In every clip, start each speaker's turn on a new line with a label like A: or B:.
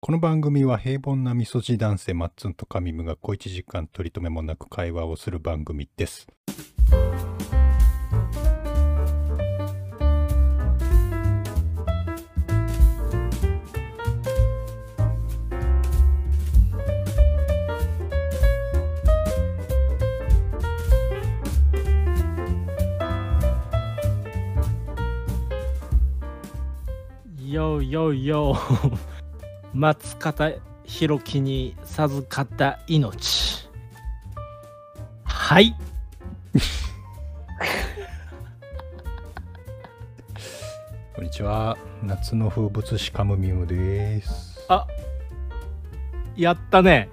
A: この番組は平凡なみそじ男性マッツンとカミムが小一時間取り留めもなく会話をする番組です。
B: よよよ 松方弘樹に授かった命はい
A: こんにちは。夏の風物詩カムミムです。
B: あやったね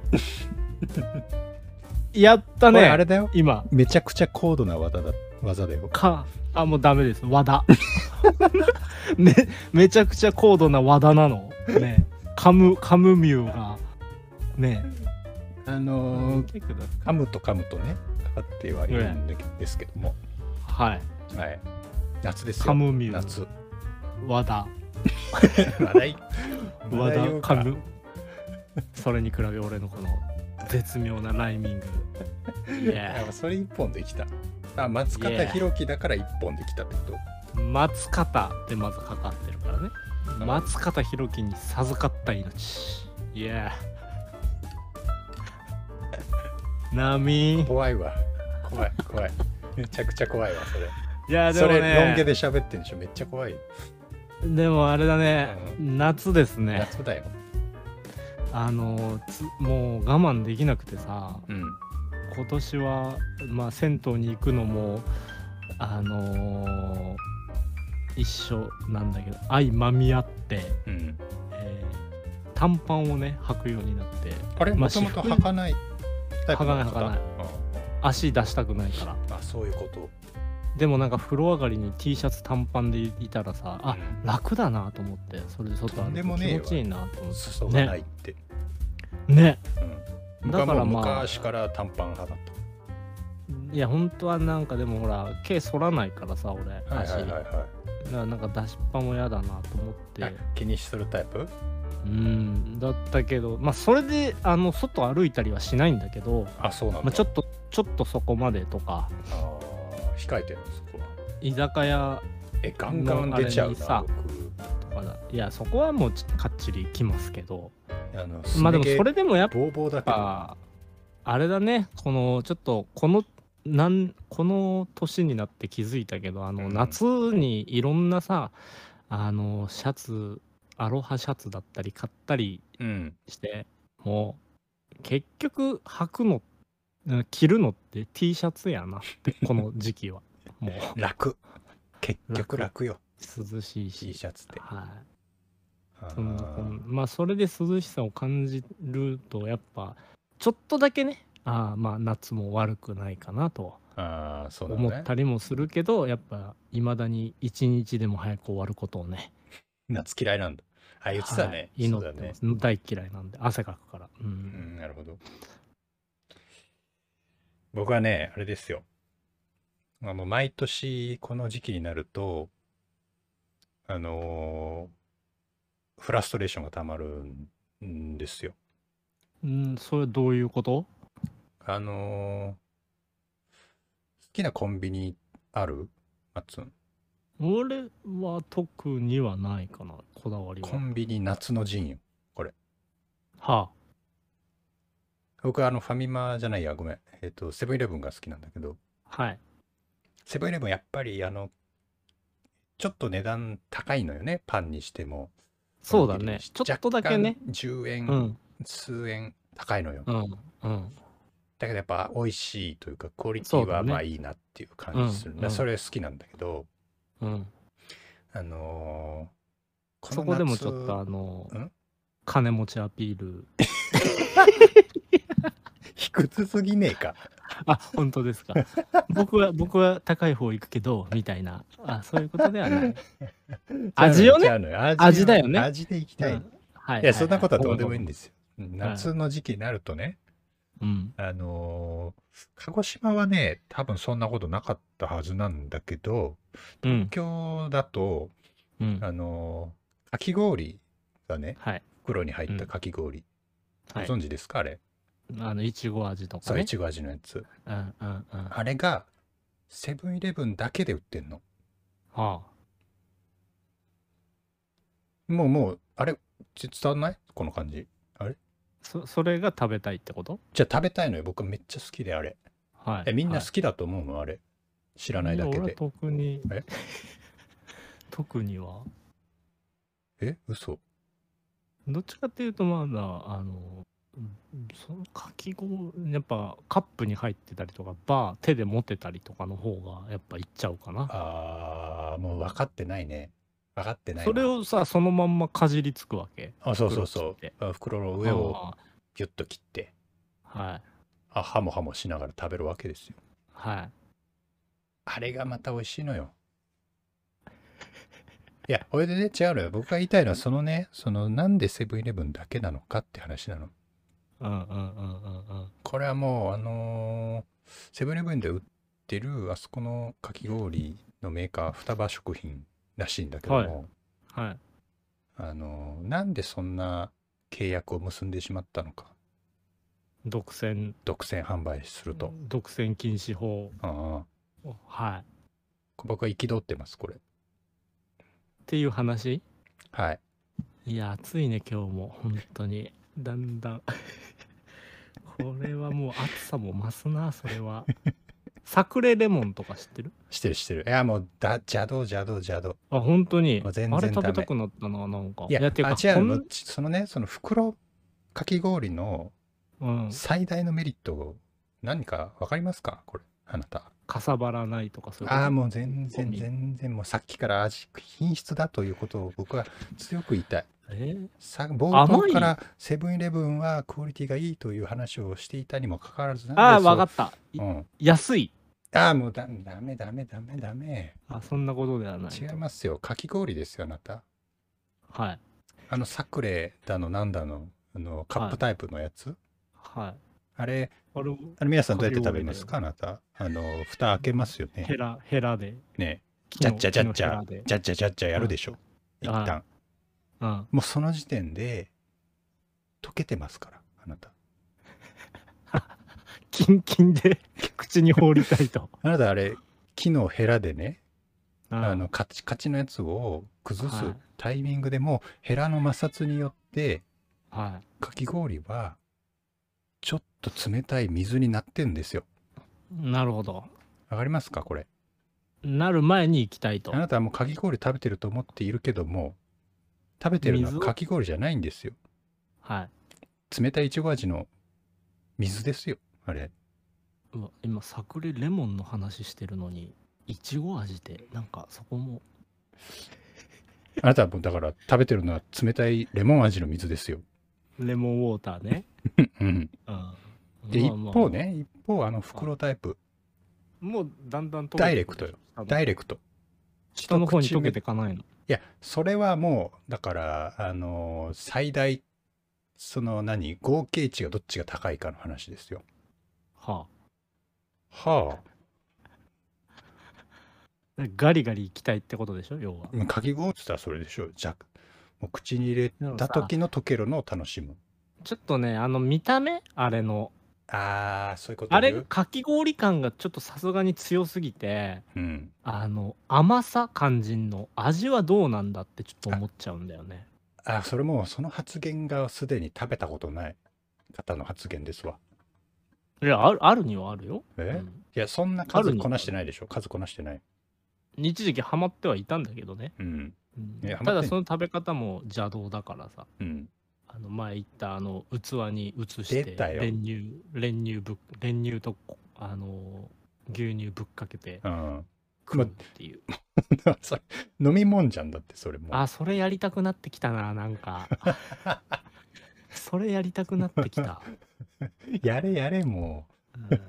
B: やった
A: こ
B: ね
A: れあれだよ。
B: 今
A: めちゃくちゃ高度な技だ技だよ。
B: かあもうダメです和田 めめちゃくちゃ高度な和田なのねカムカムミューがね
A: あのー、噛むと噛むとね、かかってはいるんだけですけども。
B: はい
A: はい。夏ですよ。
B: カムミュー
A: 夏。
B: 和田
A: 話 題。
B: 和
A: 話題
B: 田
A: をか
B: カム それに比べ俺のこの絶妙なライミングいや
A: あそれ一本できた。あ、松方弘樹だから一本できたってこと。
B: 松方でまずかかってるからね松方弘樹に授かった命いや 波
A: 怖いわ怖い怖いめちゃくちゃ怖いわそれ
B: いやで
A: そ
B: も
A: れロン毛
B: ね
A: で喋ってんでしょめっちゃ怖い
B: でもあれだね、夏ですね
A: 夏だよ
B: あのつもう我慢できなくてさ
A: うん
B: 今年は、まあ、銭湯に行くのもあのー一緒なんだけど相まみ合って、
A: うん
B: えー短パンをね履くようになって
A: あれ
B: ま
A: も
B: あ
A: ともと
B: 私服
A: 履かないタイプの
B: 履かない足出したくないから
A: ああそういうこと
B: でもなんか風呂上がりに T シャツ短パンでいたらさあ
A: うん
B: 楽だなと思ってそれで外
A: とん
B: 歩
A: で
B: く
A: もねえ
B: 気
A: わ
B: 持ちいいなと思って
A: 裾がないって、
B: ね
A: うん、
B: だ
A: だか
B: か
A: らら
B: まあ
A: 昔から短パン派だっ
B: いや本当はなんかでもほら毛剃らないからさ俺
A: た
B: 足、
A: はいは
B: だからなんか出しっぱも嫌だなと思って
A: あ気にするタイプ
B: うんだったけどまあそれであの外歩いたりはしないんだけど、
A: あそうなんだ、
B: まあ、ちょっとちょっとそこまでとか
A: あー控えてるのそこは
B: 居酒屋
A: えガンガン出ちゃう
B: のあ
A: な
B: れとかだいやそこはもうちかっちり来ますけど
A: 僕あの
B: まあでも
A: すね毛
B: それでもやっ
A: ボーボーだけど
B: ぱあれだねこのちょっとこのなんこの年になって気づいたけどあ
A: うん
B: の夏にいろんなさあのシャツアロハシャツだったり買ったり
A: うん
B: してもう結局履くのうん着るのって T シャツやなって この時期はもう
A: 楽結局楽
B: 楽
A: よ
B: 涼しい
A: T
B: し
A: シャツって
B: はい
A: あ
B: そんな
A: ー
B: こんまあそれで涼しさを感じるとやっぱちょっとだけねああまあ夏も悪くないかなと
A: あーそうだ
B: 思
A: ね
B: ったりもするけど、やっぱいまだに一日でも早く終わることをね
A: 夏嫌いなんだあ言ってたね、
B: はい
A: そう
B: 祈
A: だ
B: って
A: ね
B: ます、大嫌いなんで汗かくから、う、
A: うんんなるほど僕はねあれですよあの毎年この時期になるとあのーフラストレーションがたまるんですよ
B: うん、それはどういうこと
A: あのー好きなコンビニあるマッツン
B: 俺は特にはないかなこだわりは
A: コンビニ夏の陣よ
B: は
A: 僕はあのファミマじゃないやごめんえっ、とセブンイレブンが好きなんだけど
B: あはい
A: セブンイレブンやっぱりあのちょっと値段高いのよねパンにしても
B: そうだ
A: おにぎり
B: ね
A: にし
B: ちょっとだけね
A: 若干10円、
B: うん
A: 数円高いのよ、
B: うんうん
A: だけどやっぱ美味しいというかクオリティ
B: そうだ
A: は
B: ね
A: まあいいなっていう感じするんだ
B: うん
A: それ好きなんだけど
B: うん
A: あのー
B: そ
A: の
B: こでも
A: 夏
B: ちょっとあの
A: ん
B: 金持ちアピール
A: 卑屈すぎねえか
B: あ本当ですか 僕は僕は高い方行くけどみたいなあそういうことでは ない、 味をね
A: 違うのよ味を
B: 味だよね
A: 味でいきたい、
B: うん
A: い
B: はい
A: やそんなことはどうでもいいん
B: で
A: ですよ夏の時期になるとね、
B: うん
A: あのー鹿児島はね、多分そんなことなかったはずなんだけど、
B: うん
A: 東京だと、
B: うん
A: あのーかき氷がね、
B: はい
A: 袋に入っ
B: う
A: た
B: ん
A: かき氷、
B: は
A: ご
B: い。
A: 存知ですかあれ
B: あの、いちご味とか
A: そうい
B: ね。
A: ちご味のやつ
B: うんうんうん。は
A: あれがセブンイレブンだけで売ってんの
B: あ。
A: もうもうあれち伝わんないこの感じ
B: そ、それが食べたいってこと
A: じゃあ食べたいのよ僕めっちゃ好きであれ
B: はい。
A: えみんな
B: はい
A: 好きだと思うの、あれ知らないだ
B: い
A: け
B: や俺
A: で
B: 特に
A: え
B: 特には
A: え嘘
B: どっちかっていうとまだあのうんそのかき氷やっぱカップに入ってたりとかバー手で持てたりとかの方がやっぱいっちゃうかな
A: あーもう分かってないね分かってないな
B: それをさそのまんまかじりつくわけ
A: あそうそうそう
B: 袋切って
A: あ袋の上を
B: あ
A: ギュッと切って
B: あはい
A: あハモハモしながら食べるわけですよ
B: はい
A: あれがまた美味しいのよ。いや、これでね、違うのよ。僕が言いたいのは、そのね、その、なんでセブンイレブンだけなのかって話なの。
B: うんうんうんうんうん
A: これはもう、あのーセブンイレブンで売ってる、あそこのかき氷のメーカー、双葉食品らしいんだけども、
B: はい
A: あのーなんでそんな契約を結んでしまったのか。
B: 独占
A: 独占販売すると。
B: 独占禁止法
A: ああ
B: はい
A: 僕は憤ってます、これ。
B: っていう話
A: はい。
B: いや暑いね今日も本当にだんだん これはもう暑さも増すなそれは作例レモンとか知ってる
A: してるしてる。いや、もう、だ邪道邪道邪道。
B: あ本当に
A: もう全然
B: あれ食
A: ダメ
B: べたくなったななんか
A: いや、
B: ていうか
A: あ違う
B: こ
A: の
B: ん
A: もうちそのね、その袋かき氷の
B: うん、
A: 最大のメリット、何か分かりますかこれ、あなた。
B: かさばらないとかそういうこと
A: ああ、もう全然、
B: ゴミ
A: 全然、もうさっきから味、品質だということを僕は強く言いたい。
B: え
A: さ冒
B: 甘
A: 頭
B: い
A: からセブンイレブンはクオリティがいいという話をしていたにもかかわらず、
B: ああ分か
A: っ
B: った、い
A: うん、
B: 安い
A: ああ、もうだダメダメダメダメ。
B: あそんなことではない
A: 違いますよ。かき氷ですよ、あなた。
B: はい
A: あの、サクレだの、なんだの、あの、カップタイプのやつ。
B: はい
A: あれ、
B: あれ
A: あの皆さんどうやって食べますかあなた。あの、蓋開けますよ
B: ヘ
A: ね。
B: ラヘラで
A: ね。
B: 木
A: じゃ
B: の
A: っちゃじゃっち
B: 木のヘ
A: ゃ
B: ラで、
A: じゃっちゃじゃっちゃやるでしょ。一
B: はい
A: 旦。
B: うん
A: もうその時点で、溶けてますから、あなた。
B: キンキンで口に放りたいと
A: あなたあれ、木のヘラでね、
B: あ
A: あの、カチカチのやつを崩す
B: はい
A: タイミングでもう、ヘラの摩擦によって、
B: はい
A: かき氷は、ちょっと冷たい水になってんですよ。
B: なるほど。
A: わかりますかこれ。
B: なる前に行きたいと
A: あ。なたはもうかき氷食べてると思っているけども、食べてるの
B: 水
A: は
B: を
A: かき氷じゃないんですよ。
B: はい。
A: 冷たいいちご味の水ですよあれ
B: うわ今、作例レモンの話してるのに、いちご味で、なんかそこも、
A: あなたはもうだから食べてるのは冷たいレモン味の水ですよ、
B: レモンウォーターね。
A: うん、
B: うん。
A: で
B: ま
A: 一
B: あまあ
A: 方。ね一方あの袋タイプ
B: もうだんだん溶けてくる
A: ダイレクトよ。ダイレクト
B: 下の方に
A: 一口
B: 溶
A: 目
B: けていかないの。
A: いやそれはもうだからあのー最大その何合計値がどっちが高いかの話ですよ
B: は
A: は
B: あ。ガリガリ行きたいってことでしょ要は。
A: あかき氷って言ったらそれでしょじゃもう口に入れた時の溶けるのを楽しむ
B: ちょっとね、あの見た目あれの。
A: ああそういうこと
B: あれ
A: 言う、
B: かき氷感がちょっとさすがに強すぎて、
A: うん、
B: あの、甘さ感じんの味はどうなんだってちょっと思っちゃうんだよね。
A: あそれもうその発言がすでに食べたことない方の発言ですわ。
B: いや、あるあるにはあるよ。
A: え、
B: うん
A: いやそんな
B: ある
A: 数
B: の
A: こなしてないでしょ数こなしてない。
B: 一時期ハマってはいたんだけどね、
A: うん
B: うん
A: ねハマ
B: た
A: ってんの
B: だその食べ方も邪道だからさ
A: うん。
B: あの前言ったあの器に移して
A: 出たよ
B: 練乳練乳ぶっ練乳とこあの牛乳ぶっかけて
A: うん、
B: 食うっていう、
A: それ飲み物じゃんだってそれも。
B: あそれやりたくなってきたなな んかそれやりたくなってきた、
A: やれやれも
B: うんっ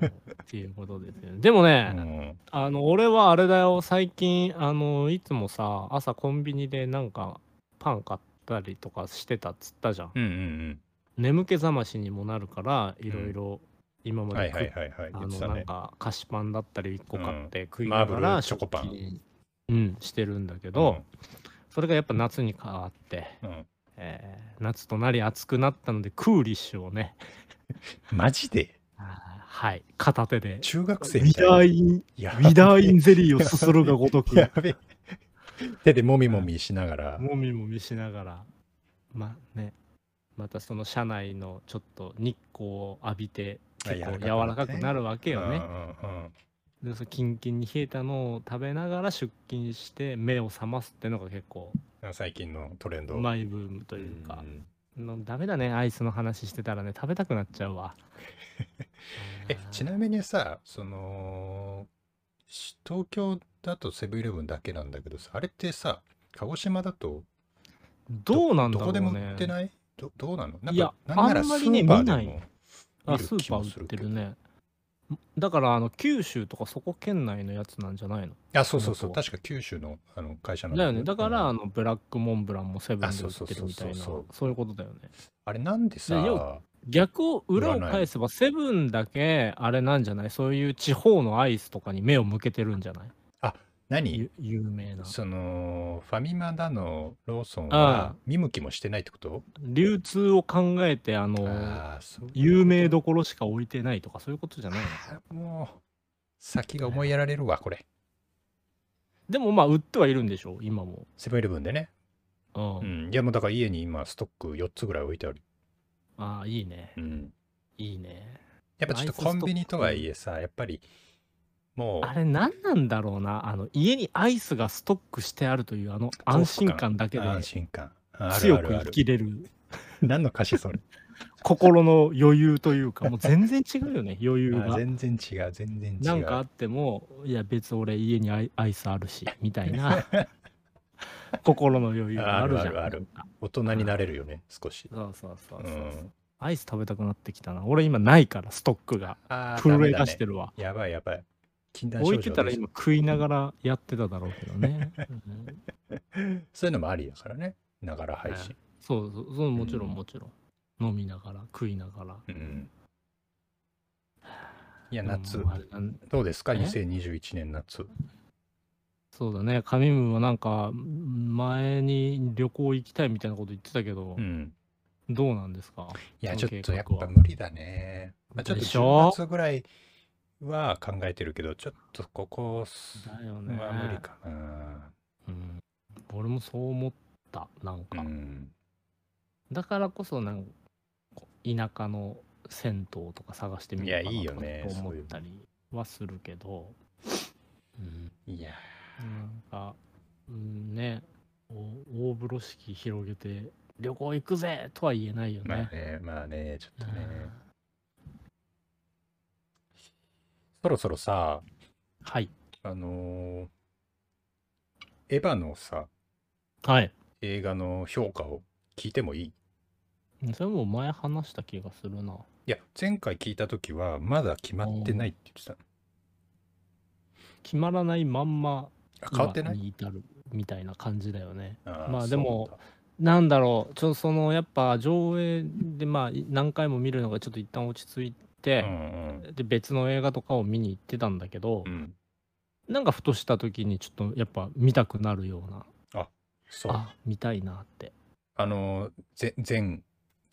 B: ていうことですよねでも
A: う。
B: ね、
A: うん、
B: あの俺はあれだよ最近あのいつもさ朝コンビニでなんかパン買ったりとかしてたっつったじゃん
A: うんうん
B: 眠気覚ましにもなるからいろいろ今
A: う
B: ま
A: ん。は
B: で
A: い
B: 食っ、
A: はいはいはい。言って
B: あ
A: た
B: のなん
A: ね。
B: か菓子パンだったり1個買って食い
A: マ
B: な
A: ーブ
B: が
A: ル
B: ら
A: チョコパン
B: 食器にうんしてるんだけど、それがやっぱ夏に変わって
A: うん、うん
B: えー夏となり暑くなったのでクーリッシュをね、
A: マジで
B: はい、片手で。
A: 中学生
B: ウ
A: み
B: ィ
A: たいな。
B: ダーイン、
A: や
B: ウ
A: べえ
B: ィダーインゼリーをすするがごと く、
A: やべえ手でもみもみしながら。
B: もみもみしながら、まあね、またその車内のちょっと日光を浴びて、
A: あ
B: 結構柔
A: 柔らかくな
B: ら
A: っ
B: か
A: て
B: くなるわけよね
A: う。んうんうん
B: でそのキンキンに冷えたのを食べながら出勤して目を覚ますってのが結構
A: 最近のトレンド。
B: マイブームというか、のダメだねアイスの話してたらね食べたくなっちゃうわ
A: えちなみにさそのし東京だとセブンイレブンだけなんだけどさあれってさ鹿児島だと
B: どうなんだ
A: ど
B: ろう
A: こで
B: ね
A: も売ってないどどうなのなんか
B: いや
A: なんな
B: あ
A: ら
B: ん
A: ス
B: まりね
A: ーパーでも
B: 見ないあスーパー売ってるねだからあの九州とかそこ県内のやつなんじゃないの
A: あそうそうそう
B: なん
A: 確か九州のあの会社なん
B: だよねだから、
A: う
B: あ
A: ん
B: のブラックモンブランもセブン
A: あ
B: で
A: そ
B: 売
A: うそう
B: ってるみたいな
A: そうそうそう
B: そういうことだよね
A: あれなんで
B: で
A: さ
B: よ逆を裏
A: 売
B: を
A: らない
B: 返せばセブンだけあれなんじゃないそういう地方のアイスとかに目を向けてるんじゃない
A: 何
B: ゆ有名な
A: そのファミマだのローソン
B: ああ
A: は見向きもしてないってこと
B: 流通を考えてあの
A: ああそういうこと
B: 有名どころしか置いてないとかそういうことじゃないの
A: あーもう先が思いやられるわこれ
B: でもまあ売ってはいるんでしょ今も
A: セブンイレブンでね
B: うん、
A: うん、いやもうだから家に今ストック4つぐらい置いてある、
B: ああいいね
A: うん、
B: いいね
A: やっぱちょっとコンビニとはいえさやっぱりも
B: あ
A: う
B: れ何なんだろうなあの家にアイスがストックしてあるというあの安心感だけで
A: 安心感あある
B: 強
A: あ
B: く
A: るあ
B: 生
A: る
B: きれる
A: 何の歌詞それ
B: 心の余裕というかもう全然 違うよね余裕
A: あ
B: が
A: 全然違う全然違う
B: なんかあってもいや別俺家にアイアイスあるしみた いな心の余裕があるじゃん
A: あるあるある
B: なんか
A: 大人になれるよね少し、
B: そうそうそううそう、
A: ん、
B: アイス食べたくなってきたな俺今ないからストックが
A: あー
B: 震え出して
A: ダメだね
B: るわ、
A: やばいやばい禁断症
B: 置
A: 状
B: いてたら
A: です
B: 今食いながらやってただろうけどね、うん
A: そういうのもありやからねながら配信、
B: そうそうそうもちろ
A: うん
B: んもちろん、飲みながら食いながら
A: うんいや
B: でも
A: 夏、
B: もうあれなん
A: どうですか
B: え
A: 2021年夏
B: そうだね上ムはなんか前に旅行行きたいみたいなこと言ってたけど、
A: うん
B: どうなんですか
A: いや、ちょ
B: その
A: っとやっ
B: 計画
A: ぱ
B: は
A: 無理だね。まあ、ちょっと
B: でしょ
A: 10月ぐらいは考えてるけど、ちょっとここ
B: だよね、
A: は無理かな。
B: うん、俺もそう思ったなん
A: う
B: か、
A: ん。
B: だからこそなんかこう田舎の銭湯とか探してみようか
A: いやいい
B: な
A: よ
B: とか
A: ね
B: ちょっと思
A: そう
B: っ
A: いうの
B: たりはするけど、うん、
A: いや、
B: なんか、うん、ねお大風呂敷広げて旅行行くぜとは言えないよ
A: ま
B: ね
A: あ。ね、まあね、ちょっとね。
B: うん
A: そろそろさ、
B: はい。
A: あのーエヴァのさ、
B: はい。
A: 映画の評価を聞いてもいいい
B: それも前話した気がするな。
A: や、前回聞いたときは、まだ決まってないって言ってたの。
B: 決まらないまんま
A: あ、変わってない
B: 今に至るみたいな感じだよね。
A: あー
B: まあ
A: そう
B: でも
A: なんだ
B: なんだろう、ちょっとそのやっぱ上映でまあ何回も見るのがちょっと一旦落ち着いて、で別の映画とかを見に行ってたんだけど
A: うんうん。う、ん。
B: なんかふとした時にちょっとやっぱ見たくなるような、
A: そう。
B: あ見たいなって。
A: あの、ぜ前、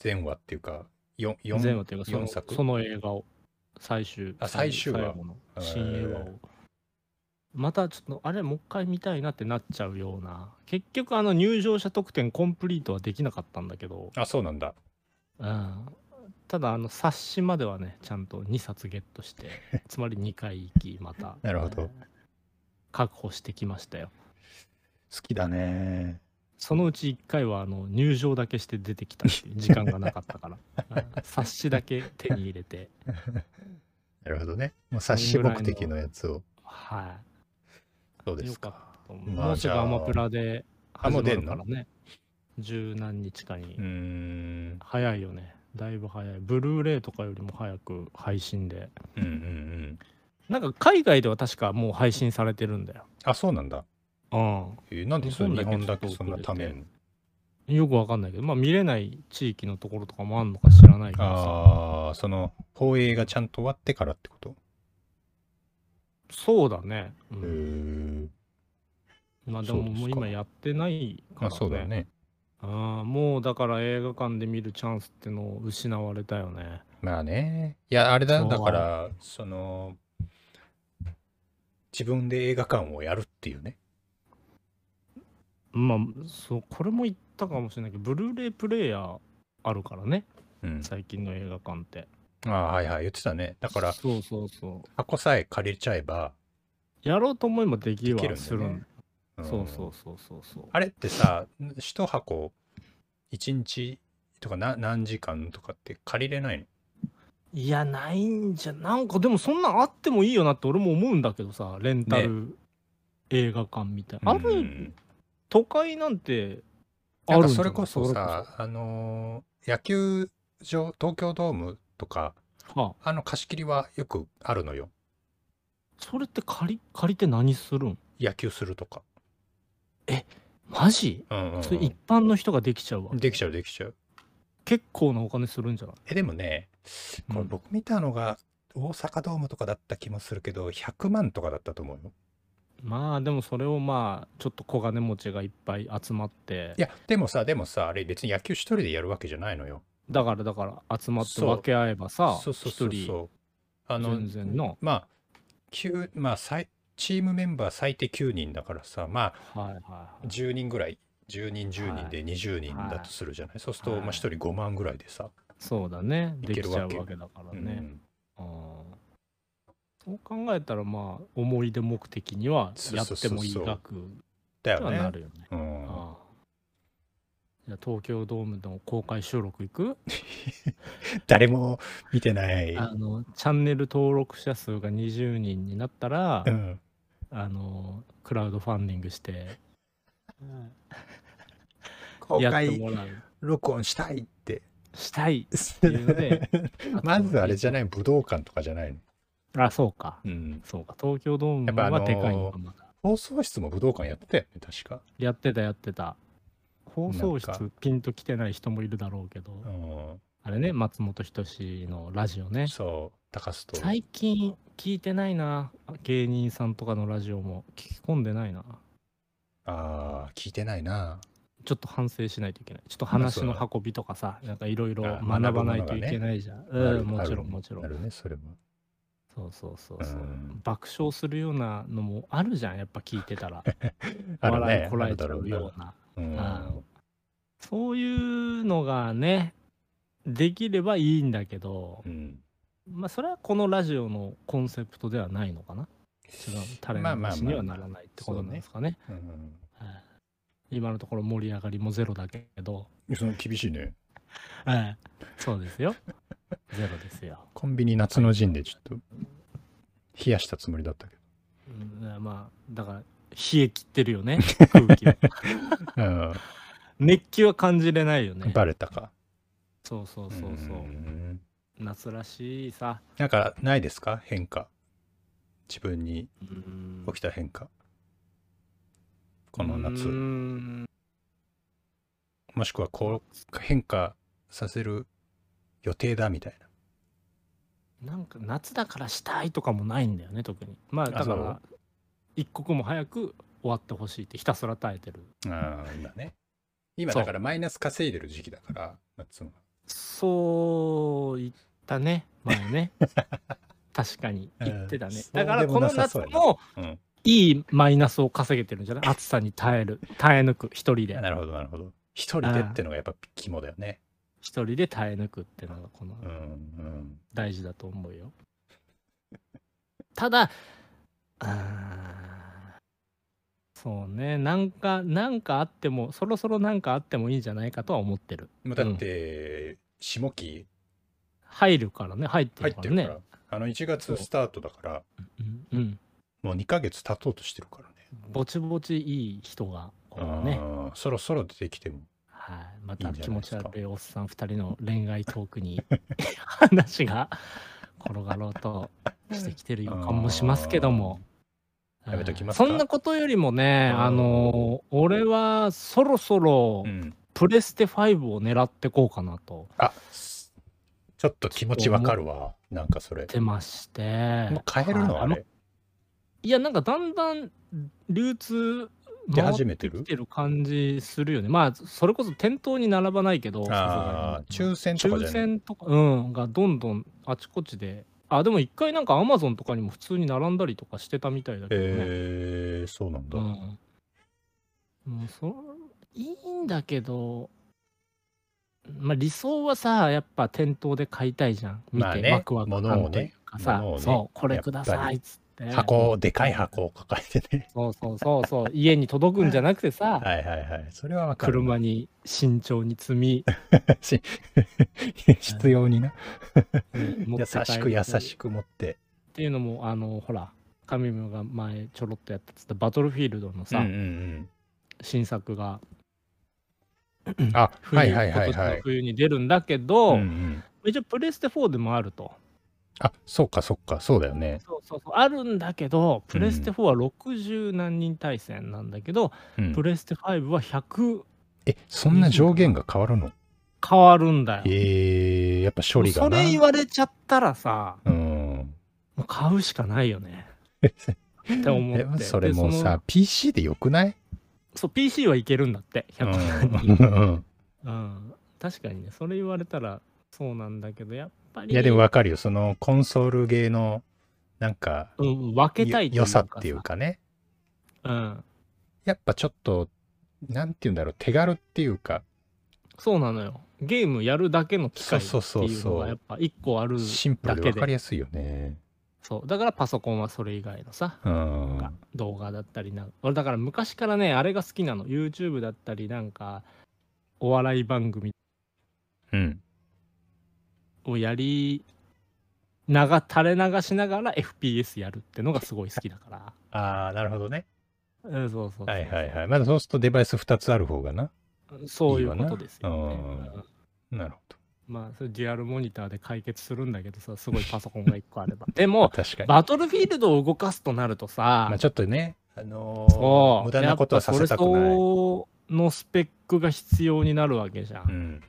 A: 前話っていうか、4、四
B: 前話というかそ
A: 四
B: の
A: 作
B: その映画を最終
A: あ最終話
B: 後の新映画
A: へ
B: を
A: ー
B: またちょっとあれもう一回見たいなってなっちゃうような結局あの入場者特典コンプリートはできなかったんだけど、
A: あ、そうなんだ。
B: うん、ただあの冊子まではねちゃんと2冊ゲットして つまり2回行きまた
A: なるほど
B: えー確保してきましたよ
A: 好きだね。
B: そのうち1回はあの入場だけして出てきたっていう時間がなかった からうん冊子だけ手に入れて
A: なるほどね。もう冊子目的のやつを。
B: はい
A: そうです
B: よ
A: か。まあ
B: もうす
A: じ
B: ぐ
A: ゃあ
B: アマプラで始まるか
A: あも
B: らね。十何日かに
A: うー。ん。
B: 早いよね。だいぶ早い。ブルーレイとかよりも早く配信で。
A: うんうんうん。
B: なんか海外では確かもう配信されてるんだよ。
A: あ、そうなんだ。
B: う
A: えーなんでそれ日
B: 日
A: 本
B: 本
A: だ
B: だ
A: け
B: け
A: そんなため
B: ちょ
A: ん
B: ん。よくわかんないけど、まあ見れない地域のところとかもあんのか知らないけどさ。
A: ああ、その、放映がちゃんと終わってからってこと
B: そうだね。う
A: へ
B: ん
A: ー
B: まあで
A: そうで
B: も
A: すか
B: もう今やってないから、
A: あ、そうだよ。ね。
B: ああ、もうだから映画館で見るチャンスってのを失われたよね。
A: まあね。いや、あれだ、
B: そう
A: だから、その、自分で映画館をやるっていうね。
B: まあ、そう、これも言ったかもしれないけど、ブルーレイプレイヤーあるからね、
A: うん。
B: 最近の映画館って。
A: ああ、はいはい、言ってたね。だから、
B: そうそうそう。
A: 箱さえ借りちゃえば、
B: やろうと思えばでき
A: でき
B: は
A: るんだ
B: す
A: よ
B: る
A: ね。
B: ん
A: うん
B: そうそうそうそうそう。
A: あれってさ、一箱、一日とかな何時間とかって借りれないの
B: いや、ないんじゃ、なんかでもそんなんあってもいいよなって俺も思うんだけどさ、レンタル映画館みたいな。あ
A: う
B: る
A: ん
B: 都会なんてあ
A: なんか
B: るんじゃない
A: それこそさ、、あのー野球場、東京ドームとか、
B: それこそはあ、
A: あの貸し切りはよくあるのよ。
B: それって借り借りて何するん
A: 野球するとか。
B: マジ、
A: うんうんうん
B: それ一般の人ができちゃうわ。
A: できちゃう、できちゃう。
B: 結構なお金するんじゃない
A: え、でもね、こ
B: う
A: れ
B: ん
A: 僕見たのが、大阪ドームとかだった気もするけど、100万とかだったと思うよ。
B: まあでもそれをまあちょっと小金持ちがいっぱい集まって
A: いや、でもさ、でもさ、あれ別に野球一人でやるわけじゃないのよ。
B: だからだから集まって
A: そう
B: 分け合えばさ
A: そうそうそ
B: 一
A: う
B: 人
A: そうあの
B: 全然の
A: まあ9まあ最チームメンバー最低9人だからさまあ
B: はいはいはい
A: 10人ぐらい10人10人
B: は
A: で
B: い
A: 20人だとするじゃない、そうすると、
B: はい
A: まあ、1人5万ぐらいでさ、
B: そうだね
A: い
B: で
A: け
B: き
A: る
B: ちゃ
A: わ
B: う
A: け
B: わけだから
A: う
B: ね、
A: ん
B: うんそう考えたらまあ思い出目的には
A: そう
B: や
A: そ
B: っ
A: うそ
B: て
A: うそう
B: もいい額
A: だ
B: にはな
A: よね、
B: るよね
A: うん、
B: ああじゃあ東京ドームの公開収録行く
A: 誰も見てない、
B: あのチャンネル登録者数が20人になったら、
A: うん、
B: あのクラウドファンディングして
A: 公
B: やって
A: 開
B: もらう
A: 録音したいって
B: したいっていうので
A: まずあれじゃ
B: ない
A: ない武道館とかじゃないの、
B: あそうか
A: うん、
B: そうか東京ドーム
A: やっぱあ
B: は
A: のー
B: でかいのかまだ
A: 放送室も武道館やってたよね確か、
B: やってたやってた放送
A: なん
B: 室ピンと来てない人もいるだろうけど
A: うん、
B: あれね松本人志のラジオね
A: そう高須と
B: 最近聞いてないな芸人さんとかのラジオも聞き込んでないな
A: ああ聞いてないな
B: ちょっと反省しないといけないちょっと
A: まあそ
B: 話
A: うだ
B: の運びとかさなんかいろいろ
A: あ
B: 学ばないといけないじゃん、
A: あ
B: う
A: る
B: んも
A: あ
B: ち
A: る
B: ろんもちろん
A: なるねそれも
B: そうそうそう
A: う
B: そう、
A: ん
B: 爆笑するようなのもあるじゃんやっぱ聞いてたら
A: ある
B: 笑
A: ね
B: いこらえ
A: あ
B: ち
A: る
B: ゃ
A: だろう
B: う
A: な
B: ような
A: うん
B: あそういうのがねできればいいんだけど
A: うん
B: まあそれはこのラジオのコンセプトではないのかな違うタレン
A: まあまあまあ
B: トにはならないってことなんですかね,
A: うん
B: はい、今のところ盛り上がりもゼロだけど、
A: その厳しいね
B: はい、そうですよゼロですよ
A: コンビニ夏の陣でちょっと冷やしたつもりだったけ
B: うんまあだから冷え切ってるよね空 気は
A: ど、うん
B: 熱気は感じれないよね
A: バレたか
B: そうそうそうそう、
A: ん
B: 夏らしいさ、
A: なんかないですか変化自分に
B: うん
A: 起きた変化この夏
B: うん
A: もしくはこう変化させる予定だみたいな
B: なんか夏だからしたいとかもないんだよね特にまあだ
A: そ
B: か
A: う
B: ら一刻も早く終わってほしいってひたすら耐えてる
A: あー今ね今
B: そう
A: だからマイナス稼いでる時期だから夏は
B: そう言ったね前ね 確かに
A: うん
B: 言ってたね、
A: そう
B: だから
A: でも
B: こ
A: な
B: の
A: さ
B: 夏
A: そうやな
B: も
A: うん
B: いいマイナスを稼げてるんじゃない暑さに耐える耐え抜く一人で
A: なるほどなるほど一人でってのがやっぱ肝だよね
B: 一人で耐え抜くっていうのがこの
A: うんうん
B: 大事だと思うよ。ただ、あーそうね、なんか、なんかあっても、そろそろなんかあってもいいんじゃないかとは思ってる。
A: もうだって、下期
B: 入るからね、入って
A: 入
B: る
A: っ
B: か
A: て
B: ら
A: るか
B: ね。
A: ら、あの1月スタートだから
B: うんうん、
A: もう2ヶ月経とうとしてるからね
B: ぼちぼちいい人が、こうね、
A: あーそろそろ出てきても
B: はい、ま
A: いい
B: た
A: んじゃ
B: 気
A: ない
B: 持
A: です
B: ち
A: か
B: 悪いおっさん2人の恋愛トークに話が転がろうとしてきてる予感もしますけども。
A: やめときますか
B: そんなことよりもね、
A: うん
B: あのー俺はそろそろ
A: うん
B: プレステ5を狙ってこうかなと
A: あすちょっと気持ちわかるわなんかそれ
B: 思ってまして
A: もう買えるの
B: はい
A: あ
B: あの
A: れ
B: いやなんかだんだん流通
A: 出始めてる
B: 回っきてる感じするよね。まあ、それこそ店頭に並ばないけど、
A: ああ、
B: さすが
A: 抽
B: に
A: 選とかじ
B: 抽
A: ゃない。
B: 選とか、うん、がどんどんあちこちで。あ、でも一回なんかアマゾンとかにも普通に並んだりとかしてたみたいだけどね。
A: えー、そうなんだ。
B: うん、もうそいいんだけど、まあ、理想はさやっぱ店頭で買いたいじゃん見て、
A: まあね
B: ワクワク感というかさ、
A: 物をね物をね
B: そうこれくださいっつって
A: 箱、でかい箱を抱えてね。
B: そうそうそうそう家に届くんじゃなく てさ、
A: はいはいはい。それはわかる。
B: 車に慎重に積み
A: し必要にな。優
B: 持って帰
A: しく優しく
B: く
A: 持って。
B: っていうのもあのほら神村が前ちょろっとやったっつったバトルフィールドのさ、
A: うんうん
B: 新作が
A: うん。あ、
B: 冬,、
A: はいはいはい
B: 今
A: は
B: 年の
A: い。
B: 冬に出るんだけど、
A: うんうん
B: 一応プレステ4でもあると。
A: あ、そうかそうか、そうだよね。
B: そうそうそうあるんだけどプレステ4は60何人対戦なんだけど、
A: うん
B: プレステ5は100
A: え、そんな上限が変わるの
B: 変わるんだよ。
A: えー、やっぱ処理が
B: そ
A: な。
B: れ言われちゃったらさ
A: うん。
B: もう買うしかない よね。って思
A: え
B: って
A: それも
B: でその
A: さ、PC でよくない
B: そう PC はいけるんだって
A: うん
B: 100何
A: う
B: 人、
A: ん
B: うん、確かにねそれ言われたらそうなんだけどやっぱり
A: いやでもわかるよ。そのコンソールゲーのなんか
B: うん、分けたいという
A: 良
B: か
A: さっていうかね。
B: うん、
A: やっぱちょっと、なんて言うんだろう、手軽っていうか、
B: そうなのよゲームやるだけの機会って
A: そうそうそう
B: いうの
A: そう
B: がやっぱ一個ある
A: シンプルでわかりやすいよね。
B: そうだからパソコンはそれ以外のさ
A: うん。
B: が動画だったりな俺だから昔からねあれが好きなの YouTube だったりなんかお笑い番組
A: うん。
B: をやりなが垂れ流しながら FPS やるってのがすごい好きだから
A: ああ、なるほどね。
B: うんそうそうそう
A: はいはいはい。まだそうするとデバイス2つある方がな。
B: そういうことですよね
A: いいわな
B: うん
A: なるほど。
B: まあそれデュアルモニターで解決するんだけどさすごいパソコンが1個あ ればでも
A: 確かに。ま
B: バトルフィールドを動かすとなるとさ、
A: あちょっとね、あの
B: そ
A: ー、
B: う
A: 無駄なことはさせたく
B: やっぱ
A: な
B: そ
A: い。
B: れ相応のスペックが必要になるわけじゃん、
A: うん。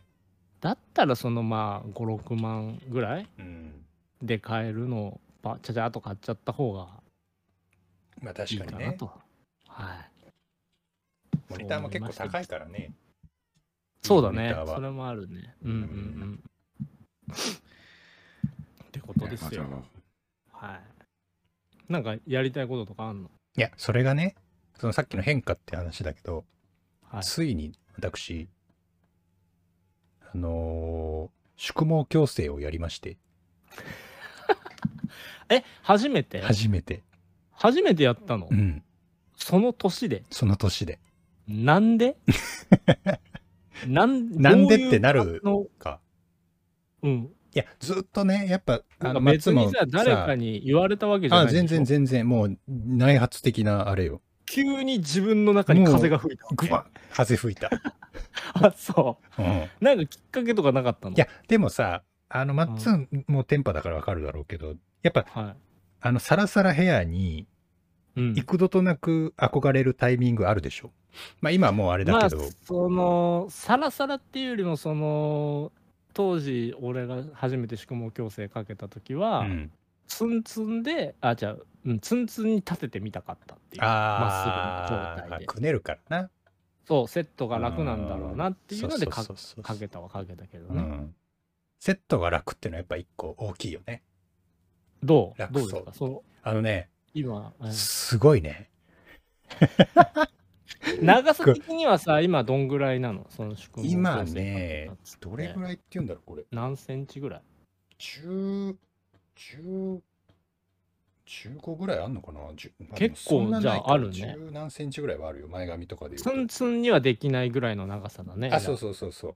B: だったらそのまあ56万ぐらい
A: うん。
B: で買えるのをばちゃちゃっと買っちゃった方が
A: まあ
B: い
A: 確
B: い
A: か
B: か
A: に
B: な
A: ね。
B: と、はい
A: モニターも結構高いからね。
B: そうだ
A: モニ
B: ね
A: ターは
B: それもあるねうんうんうんってことですよ
C: なるほど
B: はいなんかやりたいこととかあんの
A: いや、それがね、そのさっきの変化って話だけど、
B: はい
A: ついに私、あのー宿毛矯正をやりまして、
B: え初めて
A: 初めて、
B: 初めてやったの、
A: うん、
B: その年で
A: その年で。
B: な んでなん
A: なんでってな
B: どういう
A: る
B: の
A: か。
B: うん
A: いや、ずっとね、やっぱ、あ
B: な
A: の
B: んか
A: 松
B: 別
A: も
B: にさ誰かに言われたわけじゃない
A: あ
B: でし
A: 全
B: ょ
A: 然全然、もう内発的なあれよ。
B: 急に自分の中に風が吹いたわけ
A: ぐわっ風吹い た。
B: あそ
A: うん、いう
B: なんかきっかけとかなかったの
A: や、でもさ、あの、マッツンもうテンパだからわかるだろうけど、やっぱ、
B: は
A: あの、サラサラヘアに、
B: い、うん、
A: 幾度となく憧れるタイミングあるでしょ。まあ、今はもうあれだ
B: まあ
A: けど、
B: そのサラサラっていうよりもその当時俺が初めて宿毛矯正かけた時は、
A: うん
B: ツンツンであじゃあ、うん、ツンツンに立ててみたかったっていうまっすぐ
A: ああ
B: の状態で
A: くねるからな。
B: そうセットが楽なんだろうなっていうのでか
A: そうそうそうそう
B: かけたはかけたけど
A: う
B: ね、
A: んセットが楽っていうのはやっぱ一個大きいよね。
B: どう
A: 楽
B: ど
A: そ
B: う
A: う
B: ですかその
A: あのね、
B: 今、うん
A: すごいね。
B: 長さ的にはさ今どんぐらいなのその宿毛
A: 今
B: 矯正
A: ね
B: かけたっつって
A: どれぐらいって言うんだろう、これ。
B: 何センチぐらい
A: 10、10、15ぐらいあんのかな、10まあ
B: 結構
A: でもそんなないか
B: じゃああるね
A: 10何センチぐらいはあるよ、前髪とかで
B: ツ
A: 言
B: ン
A: う
B: ツンにはできないぐらいの長さだね。
A: と。あ、そうそうそうそう。
B: うん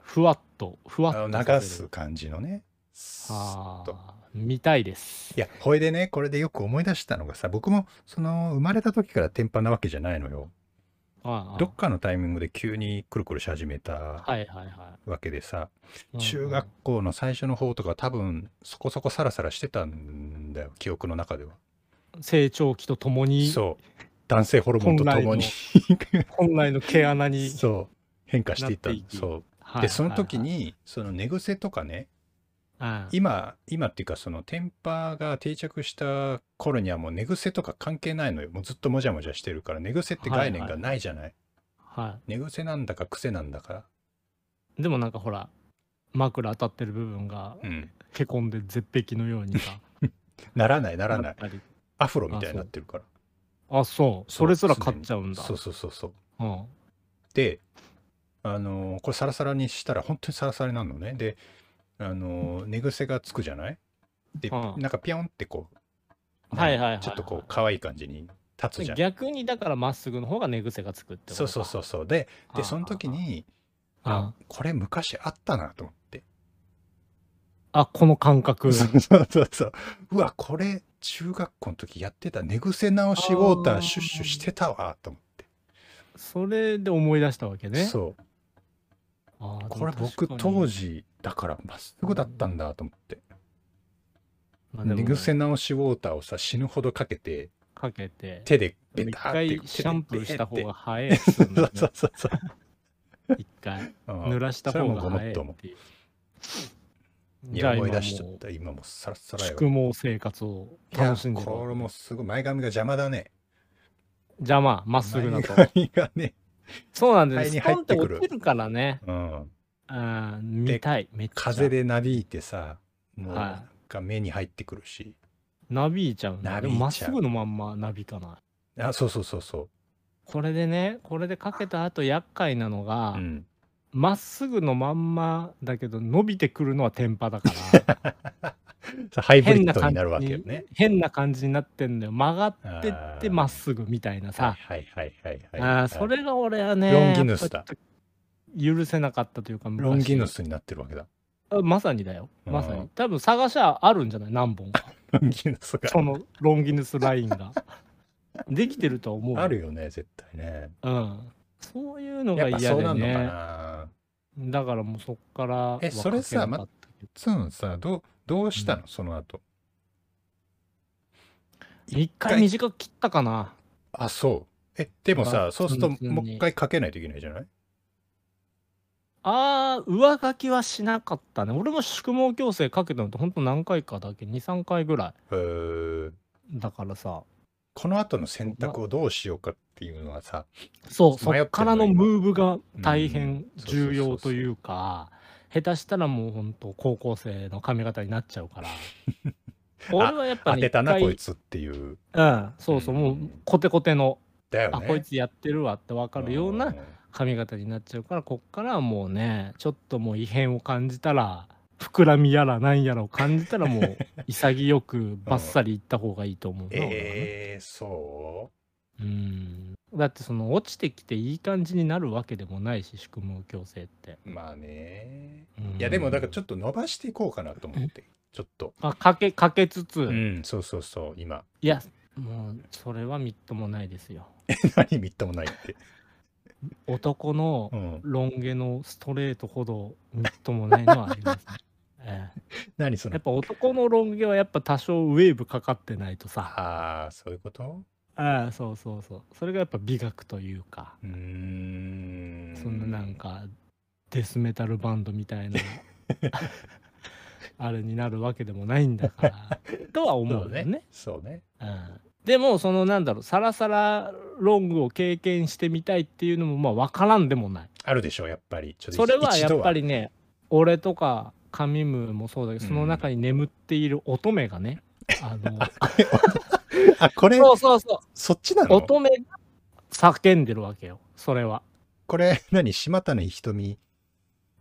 B: ふわっと、ふわっ
A: あ
B: と
A: の
B: さ
A: 流
B: せ
A: す
B: る。
A: 感じのね。スー
B: あ
A: ッと
B: あ、見たいです。
A: いや、ほいでね、これでよく思い出したのがさ、僕もその生まれた時から天パなわけじゃないのよ。
B: ああ
A: どっかのタイミングで急にくるくるし始めた
B: はいはいは
A: わけでさ、
B: い。
A: 中学校の最初の方とか多分そこそこサラサラしてたんだよ記憶の中では
B: うん成長期とともに、
A: そう男性ホルモンとともに
B: 本来の毛穴 に。
A: そう変化していった
B: なっていき
A: そう
B: はい
A: でその時、
B: はいはい
A: にその寝癖とかね
B: ああ
A: 今、今っていうか、そのテンパが定着した頃にはもう寝癖とか関係ないのよ。もうずっともじゃもじゃしてるから、寝癖って概念がないじゃない。
B: は
A: 寝癖なんだか癖なんだか。
B: い。でもなんかほら、枕当たってる部分が
A: うん。
B: へこんで絶壁のようにさ。
A: なら ない、ならな
B: っ
A: い。
B: たり
A: アフロみたいになってるから。
B: あ、そう。それすら買っちゃうんだ。
A: そうそうそうそう。
B: うん。
A: で、あのーこれサラサラにしたら本当にサラサラになるのね。で、あのー寝癖がつくじゃないで、
B: うん
A: なんかピョンってこう、
B: はいはいはいはい
A: ちょっとこう、可愛い感じに立つじゃん。
B: 逆にだからまっすぐの方が寝癖がつくってこと
A: そうそうそうそう。で、
B: う
A: で、その時に、
B: あ
A: あ、これ昔あったなと思って。
B: あこの感覚
A: そうそうそうそう。 うわ、これ、中学校の時やってた寝癖直しウォーターシュッシュしてたわと思って。
B: それで思い出したわけね
A: そう。
B: あー
A: これ
B: でも
A: 僕
B: 確かに
A: 当時だからまっすぐだったんだと思って。
B: まあでも
A: 寝癖直しウォーターをさ死ぬほどかけて
B: かけて
A: 手でベ
B: 一
A: ターっ
B: 回
A: て
B: シャンプーした方が
A: が
B: 早いっすよね
A: そうそうそう
B: 一回
A: そううん
B: 濡らした方が早い
A: それはもう
B: っていう
A: い
B: じゃ
A: や
B: あ
A: 思い
B: 今も
A: 出しちゃっ
B: う
A: た今もうさらさらよ
B: 宿毛生活を
A: いや
B: 楽しんでる
A: これもすごい前髪が邪魔だね
B: 邪魔まっすぐだと
A: 前髪がね
B: そうなんです
A: 肺に
B: ス
A: 入
B: ポン
A: っ
B: って
A: てくる
B: 落ちるからね
A: うん
B: あー見たいめっちゃ
A: 風でなびいてさもう
B: はい
A: なんか目に入ってくるし
B: なびいちゃうんだ
A: な
B: で
A: びいちゃう
B: もまっすぐのまんまなびかない
A: あそうそうそうそ
B: これでねこれでかけた後厄介なの
A: う
B: が
A: うん
B: ま、っすぐのまんまだけど伸びてくるのはテンパだから
A: さハイブリ
B: 変
A: ッ
B: な
A: ド
B: 感
A: に
B: じ
A: なるわけよね
B: 変な感じになってんだよ曲がって
A: あ
B: って
A: ー
B: まっすぐみたいな
A: はい
B: さ
A: はいはいはい
B: あ
A: はい
B: ーそれが俺はね
A: ロンギヌスだ
B: やっぱちょっと許せなかったというか昔
A: ロンギヌスになってるわ けだ
B: あまさにだよまさ
A: う
B: に
A: ん
B: 多分探しゃあるんじゃない何 本か
A: ロンギヌスが
B: そのロンギヌスラインができてると思う
A: あるよね絶対ね
B: うんそういうの
A: や
B: が
A: っ
B: 嫌
A: ぱそ
B: で
A: うなんのか
B: ね
A: な
B: だからもうそっから
A: えそれさ
B: はかけなかったけど
A: ツンさどうどうしたの、その後
B: 一回短く切ったかな
A: あそうえでも
B: ま
A: さ
B: あ
A: そうすると
B: 普通に
A: もう一回かけないといけないじゃない
B: あー上書きはしなかったね俺も宿毛矯正かけたのってほんと何回かだけ23回ぐら
A: えー
B: いだからさ
A: この後の選択をどうしようかっていうのはさ
B: そうそ
A: 迷ってんの
B: っからの
A: 今
B: ムーブが大
A: う
B: 変
A: んそうそうそうそう
B: 重要というか下手したらもうほんと高校生の髪型になっちゃう から俺はやっぱ
A: 当
B: り
A: てたな
B: 一回
A: こいつっていう
B: うんそうそうもうコテコテの
A: だよね
B: あこいつやってるわって分かるようなん髪型になっちゃうからこっからはもうねちょっともう異変を感じたら膨らみやらなんやらを感じたら もう潔くバッサリいった方がいいと思うな、俺はね
A: えー、そ
B: うんだってその落ちてきていい感じになるわけでもないし宿毛矯正って、
A: うまあね
B: うん
A: いやでもだからちょっと伸ばしていこうかなと思ってちょっと
B: あかけかけつつ、
A: うんそうそうそう今
B: いやもうそれはみっともないですよ
A: 何みっともないって
B: 男の
A: うん
B: ロン毛のストレートほどみっともないのはあります、 ねええ
A: 何その
B: やっぱ男のロン毛はやっぱ多少ウェーブかかってないとさ
A: ああそういうこと
B: ああそうそうそうそれがやっぱ美学というか、
A: うーん
B: そんななんかデスメタルバンドみたいなあれになるわけでもないんだからとは思
A: そ
B: うよ
A: う
B: ね
A: ねそうね
B: うん、でもそのなんだろうサラサラロングを経験してみたいっていうのもまあ分からんでもない
A: あるでしょうやっぱりちょっと
B: それは
A: 一
B: や
A: 度
B: っぱりね俺とかカミムもそうだけどその中に眠っている乙女がね、あの
A: あこれ
B: そうそうそう
A: そっちなの
B: 乙女が叫んでるわけよそれは
A: これ何島谷ひとみ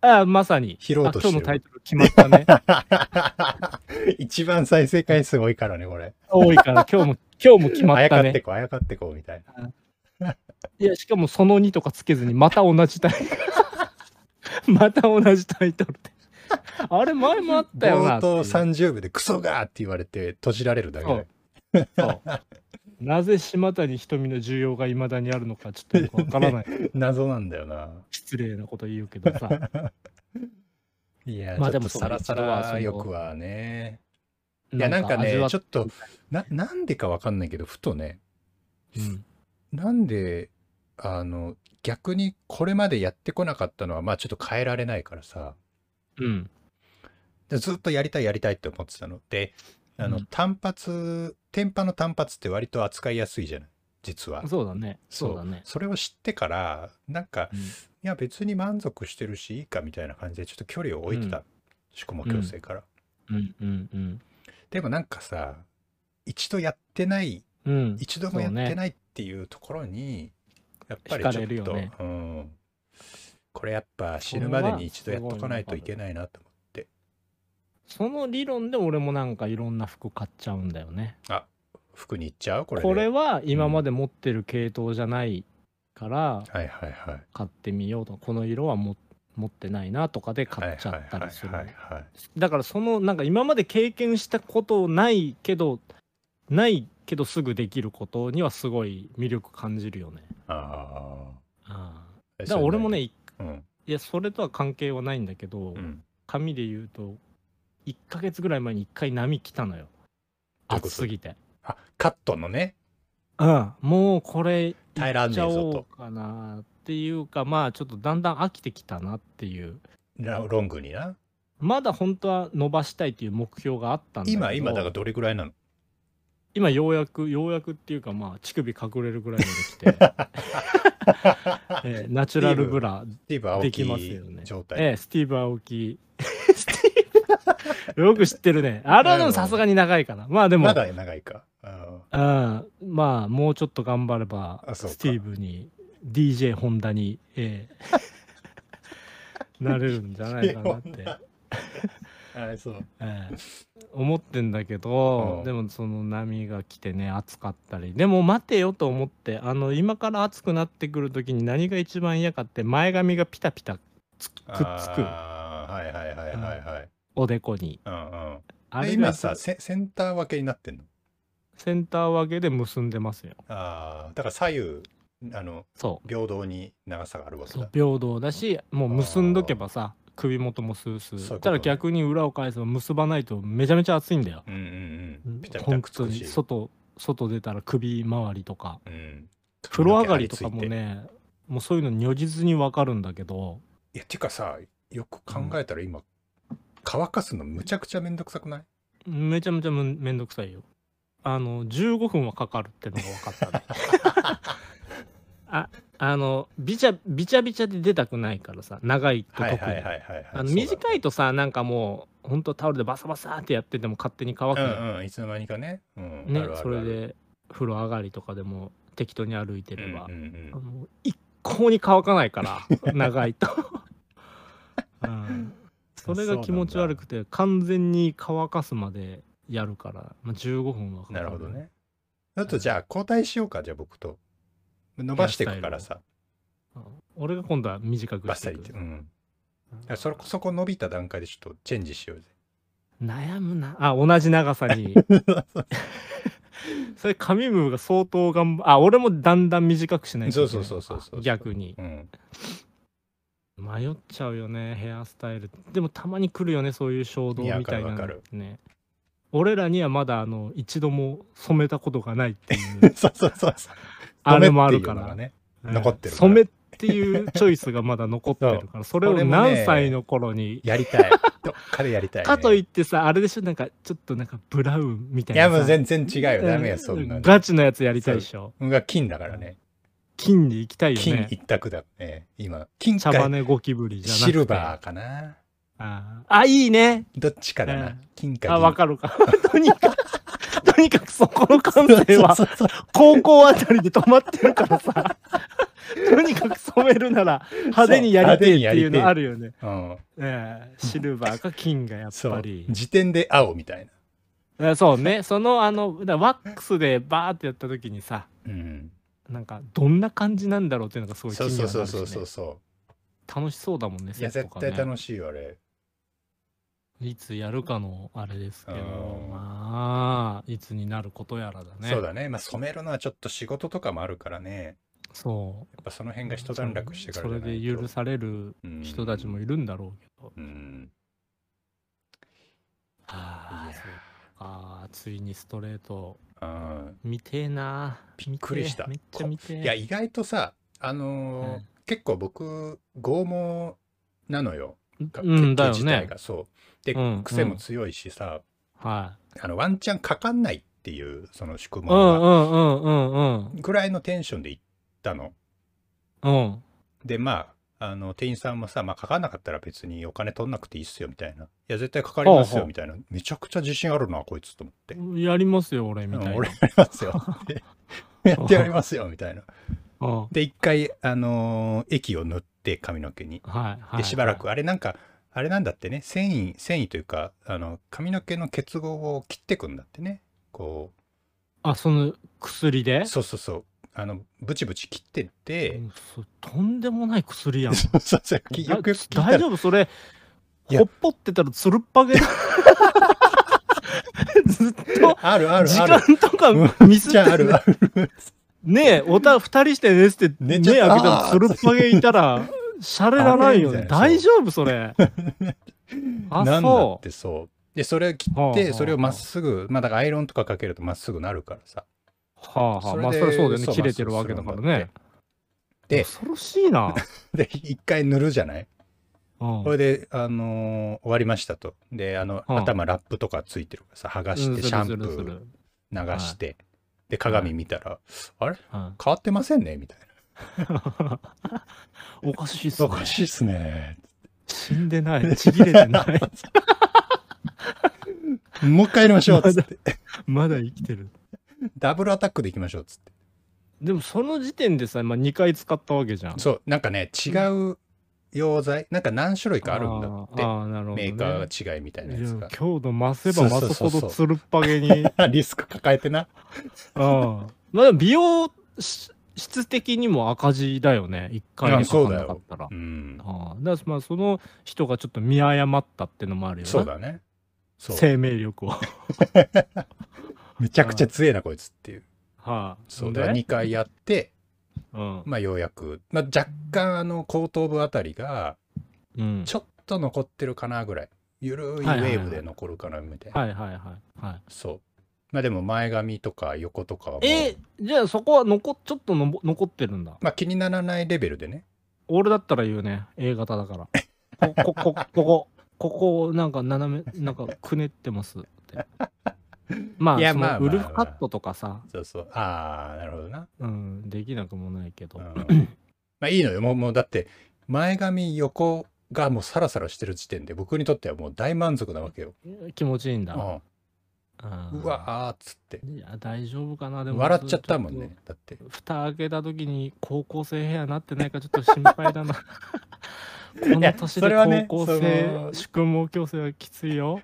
B: ああまさに
A: 拾おうとしてる
B: あ今日のタイトル決まったね
A: 一番再生回数多いからねこれ
B: 多いから今日も 今日も決
A: あ
B: まっ
A: や
B: た
A: かって
B: ね
A: こうあやかってこうみたいない
B: やしかもその2とかつけずにまた同じタイトル また同じタイトルであれ前もあったよ
A: 冒
B: なっていう
A: 頭30秒でクソガーって言われて閉じられるだけ
B: そう
A: で
B: そうなぜ島谷ひとみの需要がいまだにあるのかちょっとよくわからない
A: 謎なんだよな
B: 失礼なこと言うけどさ
A: いや
B: まあ
A: ちょっ
B: で
A: と
B: も
A: サラサ
B: その
A: ラ
B: 一度はその
A: 欲はねいやなんか
B: 味
A: ね
B: わ
A: ちょっとななんでかわかんないけどふとね
B: うん
A: なんであの逆にこれまでやってこなかったのはまあちょっと変えられないからさ
B: うん
A: ずっとやりたいやりたいって思ってたのであの、
B: うん
A: 単発天パの単発って割と扱いやすいじゃない実は
B: そうだね
A: そう
B: そうだね
A: それを知ってからなんか
B: うん
A: いや別に満足してるしいいかみたいな感じでちょっと距離を置いてた、
B: うん
A: 宿毛矯正から、
B: うんうん
A: でもなんかさ一度やってない
B: うんうん
A: 一度もやってないっていうところに、やっぱりちょっ
B: 惹
A: と
B: かれるよね
A: うん、これやっぱ死ぬまでに一度やっとかないといけないなと思って
B: その理論で俺もなんかいろんな服買っちゃうんだよね
A: あ服に行っちゃうこれで
B: これは今まで持ってる系統じゃないから
A: はいはいはい
B: 買ってみようとかこの色はも持ってないなとかで買っちゃったりするね
A: はいはいはいはいはい
B: だからそのなんか今まで経験したことないけどないけどすぐできることにはすごい魅力感じるよね
A: あ
B: あ
A: あ
B: だから俺もねい
A: うん
B: いやそれとは関係はないんだけど、
A: うん
B: 紙で言うと1ヶ月ぐらい前に1回波来たのよ
A: どういうこと
B: 暑すぎて
A: あカットのね
B: うんもうこれ
A: 耐えらんねえぞと
B: 行っちゃおうかなっていうかまあちょっとだんだん飽きてきたなっていう
A: ラロングにな
B: まだ本当は伸ばしたいっていう目標があったんだけど
A: 今今だからどれぐらい なの
B: 今ようやくようやくっていうかまあ乳首隠れるぐらいま で来て、えーナチュラルブラ
A: スティーブ青
B: できますよ
A: 木
B: ね
A: 状態、
B: えースティーブ・アオキスティーブよ く知ってるねあれはでもさすがに長いかなまあでも
A: まだ長いかあ
B: うんまあもうちょっと頑張れば
A: あそうか
B: スティーブに DJ ホンダに、え ーなれるんじゃないかなって、
A: ーあそう
B: えー思ってんだけど、
A: うん
B: でもその波が来てね暑かったりでも待てよと思ってあの今から暑くなってくる時に何が一番嫌かって前髪がピタピタつくくっつく
A: あーはいはいはいはいはい
B: おでこに
A: うんうん
B: あ
A: で
B: れ
A: 今
B: が
A: さ
B: セ
A: セセンター分けになってんの
B: ンター分けで結んでますよ
A: あーだから左右あの
B: そう
A: 平等に長さがあるわけ
B: そう
A: だ
B: 平等だしもう結んどけばさ首元もスース
A: そういうこ
B: ー
A: とね
B: ただ逆に裏を返せば結ばないとめちゃめちゃ暑いんだよ
A: うんうんうんピタピタ
B: 本
A: くっつ
B: 当
A: く
B: に
A: し、
B: 外外出たら首周りとか
A: うん、
B: 風呂上がりとかも
A: 髪の毛張り付いて
B: ねもうそういうの如実にわかるんだけど
A: いやてかさよく考えたら今、乾かすのむちゃくちゃめんどくさくない
B: めちゃめちゃむんめんどくさいよあの15分はかかるってのが分かったね ああのびちゃびちゃびちゃで出たくないからさ長いと特に、
A: はいはいはいはいはいそう
B: あの
A: だね
B: 短いとさなんかもうほんとタオルでバサバサってやってても勝手に乾く
A: う
B: の
A: んうんいつの間にかね、うん、あ
B: ね
A: るあるある
B: それで風呂上がりとかでも適当に歩いてれば
A: うん、うん
B: あの一向に乾かないから 長いと、うんそれが気持ち悪くて完全に乾かすまでやるから、まあ、15分はか
A: うん
B: か
A: な
B: る
A: るほどねちょっとじゃあ交代しようかじゃあ僕と伸ばしていくからさ
B: うん俺が今度は短く
A: バッ
B: して
A: サ
B: い
A: リっ
B: く
A: て、うん、だからそれそこ伸びた段階でちょっとチェンジしようぜ
B: 悩むなあ同じ長さ にそれ髪ムーが相当頑張あ俺もだんだん短くしないといけない
A: そうそうそうそうそう
B: 逆に
A: うん、
B: 迷っちゃうよねヘアスタイルでもたまに来るよねそういう衝動
A: いや
B: みたいな
A: わ
B: の
A: かるわ
B: ね俺らにはまだあの一度も染めたことがないっていう
A: そうそうそうそう
B: あれもあるか
A: 染めって
B: ら、
A: いうのがね
B: うん
A: 残ってるから
B: 染めっていうチョイスがまだ残ってるからそれ を
A: 俺もね
B: 何歳の頃に、
A: やり たいどっかでやりたい、ね、
B: かとい
A: い
B: ってさあれでしょなんかちょっとなんかブラウンみたいな
A: やもう
B: さ
A: 全然違うよ
B: うん
A: ダメよそんなの
B: ガチのやつやりたいでしょ
A: 僕が金だからね
B: 金に行きたいよ
A: 金
B: ね
A: 一択だね今金
B: 茶
A: か
B: 羽ゴキブリじゃなくて
A: シルバーかな
B: あーあいいね
A: どっちかだな、
B: うん
A: 金か銀
B: あわかるかとにかく とにかくそこの感性は
A: そうそうそう
B: 高校あたりで止まってるからさ とにかく染めるなら派手にやりてえっていうのあるよね、
A: うん、
B: ええシルバーか金がやっ
A: そ
B: ぱ
A: う
B: り
A: 時点で青みたいな、
B: えーそうねそのあのだワックスでバーってやった時にさ
A: うん、
B: なんかどんな感じなんだろうっていうのがすごい気
A: そう
B: に
A: そ
B: は
A: う
B: な
A: そう
B: るし、
A: そ
B: ね
A: う、そうそ
B: 楽しそうだもんね
A: ういや
B: セッ
A: 絶
B: トがね
A: 対楽しいよあれ
B: いつやるかのあれですけど
A: うん
B: まあいつになることやらだね
A: そうだね。まあ染めるのはちょっと仕事とかもあるからね。
B: そう
A: やっぱその辺が一段落してから
B: それで許される
A: れ
B: 人たちもいるんだろうけど、
A: うん。
B: あ
A: いや
B: ああついにストレート
A: うん
B: 見てえな
A: びっくりした
B: 見てえめっちゃ見てえ
A: いや、意外とさ、あのー
B: うん
A: 結構僕、剛毛なのよ。
B: うんだよね
A: 自体がそう。で、
B: うん
A: 癖
B: う
A: も
B: ん
A: 強いしさ、
B: は
A: あのワンチャンかかんないっていうその宿
B: い。
A: 毛
B: うんう
A: は
B: んうんうんうん。
A: ぐらいのテンションで行ったの。
B: うん。
A: でまああの店員さんもさ、まあ、かかんなかったら別にお金取んなくていいっすよみたいな「いや絶対かかります
B: ほうほ
A: よ」
B: う
A: みたいな「めちゃくちゃ自信あるなこいつ」と思って
B: やりますよ、
A: 「
B: 俺、みたいな。
A: うん俺やりますよ」って「やってやりますよ」みたいな。
B: うんはい
A: で一回、あのー液を塗って髪の毛に。
B: はい。
A: でしばら。くあれなんかあれなんだってね繊維繊維というかあの髪の毛の結合を切ってくんだってねこ
B: あ、その薬で
A: うそうそうそうあのブチブチ切ってって、
B: うんそとんでもない薬やん。
A: そうそうそうきよくよく聞いたら
B: 大丈夫それ
A: いや
B: ほっぽってたらつるっ ぱげずっと
A: あるある
B: 時
A: ある
B: 間とかミスっ
A: じゃああ
B: て
A: る
B: ね
A: ある
B: ねえおた二人して寝てて
A: 寝
B: 目開
A: ちゃ
B: け
A: った
B: たらつるっぱげいたらシャレがないよ
A: あ
B: ね
A: れ
B: 大丈夫それ あ
A: なんだっ
B: そう
A: てそうでそれを切
B: はあ
A: っ
B: はあは
A: て
B: あ
A: それをまっすぐまあだからアイロンとかかけるとまっすぐなるからさ
B: はあはあまあそ
A: それで
B: れそうだよね
A: そう
B: 切れてるわけだからね
A: で
B: 恐ろしいな
A: で一回塗るじゃない
B: うん
A: これで、あのー終わりましたとであの、
B: うん
A: 頭ラップとかついてるからさ剥がしてシャンプ
B: うんするするす
A: ー流
B: る
A: して、で鏡見たら、あれ
B: うん
A: 変わってませんねみたい
B: おかしいっす
A: な
B: ね
A: おかしいっすね
B: 死んでないちぎれて ない
A: もう一回やりましょう っつって
B: まだ生きてる
A: ダブルアタックでいきましょうっつって
B: でもその時点でさ、まあ、2回使ったわけじゃん。
A: そうなんかね違う溶剤なんか何種類かあるんだって
B: あーあなるほど、ね。
A: メーカーが違いみたいなやつ
B: いや
A: が
B: 強度増せば増す
A: そ
B: ほ
A: うそうそうそ
B: ど
A: う
B: つるっ ぱげに。
A: リスク抱えてな。
B: あまあでも美容し質的にも赤字だよね。1回にかかんなかったら。
A: うん。
B: ああだからまあその人がちょっと見誤ったってのもあるよね。
A: そうだね。そう。
B: 生命力を。 はい、
A: めちゃくちゃ強えな、こいつっていう。そうだから
B: ね。
A: 2回やって、
B: うん。
A: まあようやく、まあ若干あの後頭部あたりが、
B: うん
A: ちょっと残ってるかなぐらい。ゆるいウ
B: はいはいはい
A: ェーブで残るかなみたいな。
B: はいはいはい。はい
A: そう。まあでも前髪とか横とかはもう、
B: えじゃあそこは残っちょっとのぼ残ってるんだ。
A: まあ気にならないレベルでね。
B: 俺だったら言うね A 型だからこここここここなんか斜めなんかくねってますってまあ
A: いや
B: その
A: まあまあまあ
B: ウルフカットとかさ、
A: そうそう。ああ、なるほどな。
B: うん、できなくもないけど、
A: うん まあいいのよ。もう、もうだって、前髪横がもうサラサラしてる時点で、僕にとってはもう大満足なわけよ。
B: 気持ちいいんだ、
A: う
B: うん
A: ん、うわあーっつって。
B: いや大丈夫かなでも
A: 笑っちゃったもんね。だって
B: ちょ。っと蓋開けた時に高校生ヘアなってないかちょっと心配 だなこの年
A: それはね
B: で高校
A: そ
B: 生
A: の
B: 宿毛矯正はきついよ、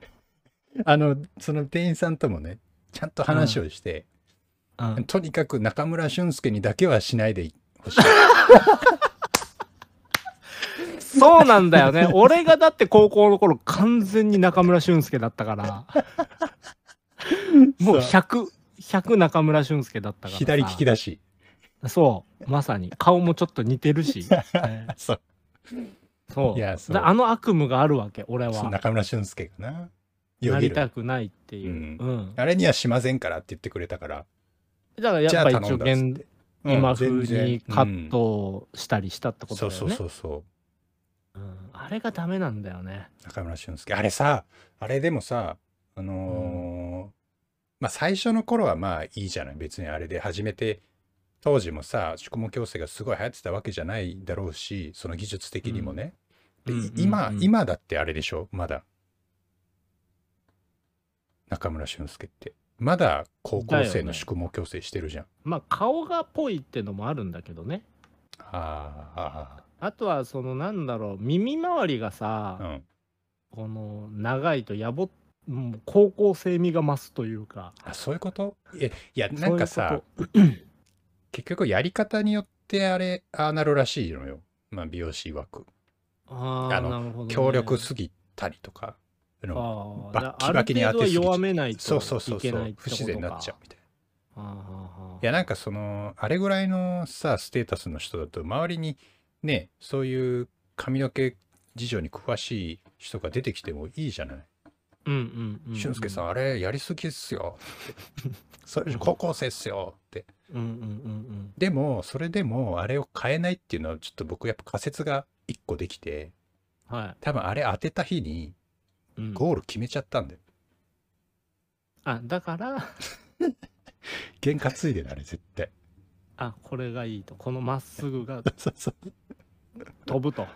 A: あの、その店員さんともね、ちゃんと話をして、
B: うん、
A: とにかく中村俊介にだけはしないでほしい。
B: そうなんだよね。 俺がだって高校の頃完全に中村俊介だっ たから。もう
A: そう
B: 100、100中村俊介だったからさ。
A: 左利きだし。
B: そう、まさに。顔もちょっと似て るし。ね
A: そう。
B: そう。
A: いやそう
B: だあの悪夢があるわけ、俺
A: そう
B: は。
A: 中村俊介かな。よ
B: な
A: ぎ
B: りた
A: る。
B: くないっていう。
A: う
B: うん。
A: あれにはしませんからって言ってくれたから。
B: だから
A: じ
B: や
A: ゃ
B: っ
A: あ
B: ぱ
A: 頼
B: 一応
A: んだっつっ
B: 現
A: て。うん
B: 今風
A: 全然
B: にカットをしたりしたって
A: うん
B: こ
A: そ
B: とだ
A: う
B: よね。
A: そうそうそう。
B: うんあれがダメなんだよね。
A: 中村俊輔あれさあれでもさあのーまあ最初の頃はまあいいじゃない別にあれで始めて当時もさ宿毛矯正がすごい流行ってたわけじゃないだろうしその技術的にもね、で
B: うんうんうん
A: 今今だってあれでしょまだ中村俊輔ってまだ高校
B: だ
A: 生
B: よ
A: の
B: ね
A: 宿毛矯正してるじゃん、
B: まあ顔がぽいってのもあるんだけどね。
A: あ
B: あとはそのなんだろう耳周りがさ、
A: あうん
B: この長いとやぼもう高校生味が増すというか
A: あそういうことえいや なんかさ
B: そういうこ
A: 結局やり方によってあれああなるらしいのよ、まあ、美容師曰く
B: とあ
A: あ
B: あ
A: の
B: なるほど、ね、
A: 強力すぎたりとかの
B: あ
A: バ
B: あ
A: ッ
B: だ
A: キバキに
B: あ
A: 当
B: る
A: てす
B: 程
A: ぎ
B: 度は弱めないと
A: そうそうそ
B: いうけ
A: そ
B: ないうっ
A: 不
B: てことか
A: 自然になっちゃうみたいな
B: ああああ
A: いやなんかそのあれぐらいのさステータスの人だと周りにねそういう髪の毛事情に詳しい人が出てきてもいいじゃない、
B: うんうんうんうん
A: 俊介さんあれやりすぎっす よってそれ高校生っすよって
B: うんうんうん
A: でもそれでもあれを変えないっていうのはちょっと僕やっぱ仮説が一個できて
B: は
A: 多分あれ当てた日に
B: い、うん
A: ゴール決めちゃったんだよ。
B: あだから
A: 験担いでるあれ絶対。
B: あこれがいいとこのまっすぐが
A: そうそう。
B: 飛ぶと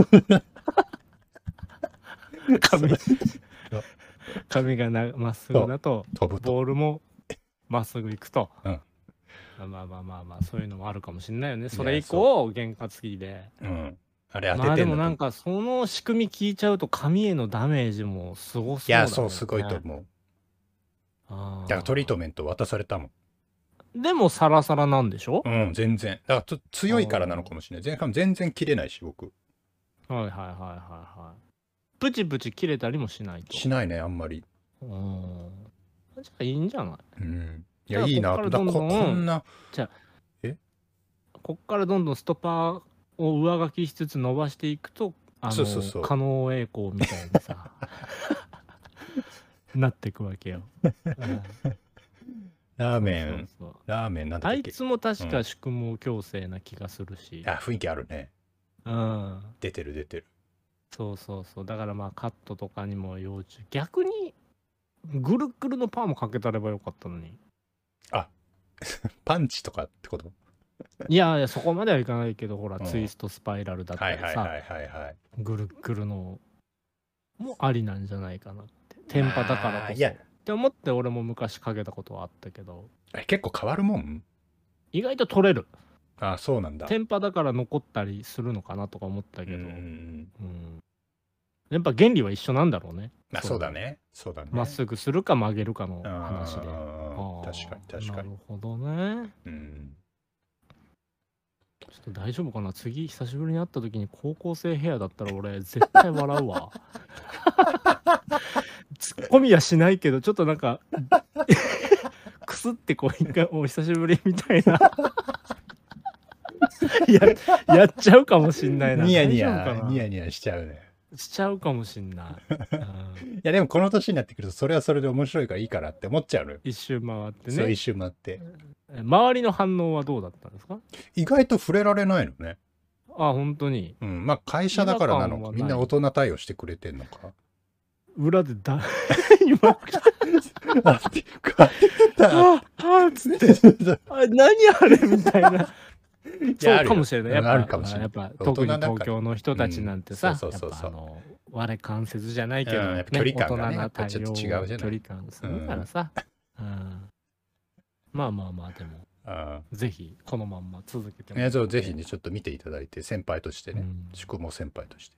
A: そ
B: 髪
A: れ
B: 髪がなまっすぐだと
A: 飛ぶと。
B: ボールもまっすぐ行くと、
A: うん
B: あまあまあまあまあそういうのもあるかもしれないよね
A: や
B: それ以降験担ぎで
A: うん。あれ当ててん
B: ま
A: だと
B: あで
A: 思
B: も
A: う
B: なんかその仕組み聞いちゃうと髪へのダメージもすごそう
A: い
B: だ、ね、
A: や、そう、すごいと思う。
B: あー
A: だからトリートメント渡されたもん。
B: でもサラサラなんでしょ、
A: うん、全然。だからちょっと強いからなのかもしれない。前半全然切れないし、僕。
B: はいはいはいはいはいプチプチ切れたりもしないと
A: しないね、あんまり。
B: うんじゃあいいんじゃない
A: うん。い
B: じゃ
A: や、
B: あ
A: いいな
B: こ
A: と。
B: っ
A: だ
B: か
A: からら
B: ど
A: こ
B: んどん
A: こんな、
B: こっからどんどんストッパーを上書きしつつ伸ばしていくとあの
A: そうそうそう
B: 可能栄光みたいにさ なっていくわけよ、うん
A: ラーメン、
B: そうそう
A: ラーメンなんだ
B: あ
A: っ
B: い
A: け。
B: つも確か宿毛矯正な気がするし、
A: あ、雰囲気あるね。
B: うん、
A: 出てる出てる。
B: そうそうそうだからまあカットとかにも要注意逆にぐるぐるのパーもかけたればよかったのに
A: パンチとかってこと
B: いやいやそこまではいかないけどほら、
A: うん
B: ツイストスパイラルだった
A: は
B: り
A: い
B: さ、
A: はいはいはいはい。
B: ぐるぐるのもありなんじゃないかなってテンパだからこ
A: あ
B: そ
A: ーいや
B: って思って俺も昔かけたことはあったけど
A: あれ結構変わるもん
B: 意外と取れる
A: あ、そうなんだ。
B: テンパだから残ったりするのかなとか思った
A: うん
B: け
A: う
B: ど、
A: んう
B: うん
A: ん。
B: やっぱ原理は一緒なんだろうね
A: まあそうだね。そうだね。
B: まっすぐするか曲げるか
A: う
B: の
A: んうんうん
B: 話で。あー
A: 確かに確か
B: な
A: に。
B: るほどね。
A: うん。
B: ちょっと大丈夫かな次、久しぶりに会った時に高校生ヘアだったら俺、絶対笑うわ。 ツッコミはしないけど、ちょっとなんか、くすってこう、一回、お久しぶりみたいな。 ややっちゃうかもしんないな。
A: ニヤニ
B: 大丈夫
A: ヤ
B: か、な
A: ニヤニヤしちゃうね。
B: しちゃうかもしんない。うん
A: いやでもこの年になってくるとそれはそれで面白いからいいからって思っちゃうのよ。
B: 一周回って
A: そう一
B: ね。
A: 周回って。
B: え周りの反応はどうだったんですか
A: 意外と触れられないのね。
B: あ、本当に。
A: うん。まあ会社だからなの
B: 違和感は
A: か。
B: ない
A: みんな大人対応してくれてんの か。
B: 裏でだ、 今、
A: あ、てか、あ
B: ああっつって。あ何あれみたい な。そうかもしれない。やっぱ
A: あるかもしれない
B: やっぱ
A: 大人
B: 特に
A: だから
B: 東京の人たちなんてさ、
A: う
B: や
A: ん
B: っ
A: そうそうそう
B: ぱ
A: そ
B: あ
A: う
B: の我関節じゃないけど、
A: うんやっぱ距離感がねや
B: 大人な
A: っぱ
B: 対
A: ちょっと違
B: 応
A: うじゃない
B: 距離感するからさ、うんまあまあまあでも
A: あ
B: ぜひこのまんま続けて
A: あ。いや、そうぜひね、ちょっと見ていただいて、先輩として
B: う
A: ね。
B: ん
A: 宿毛先輩として。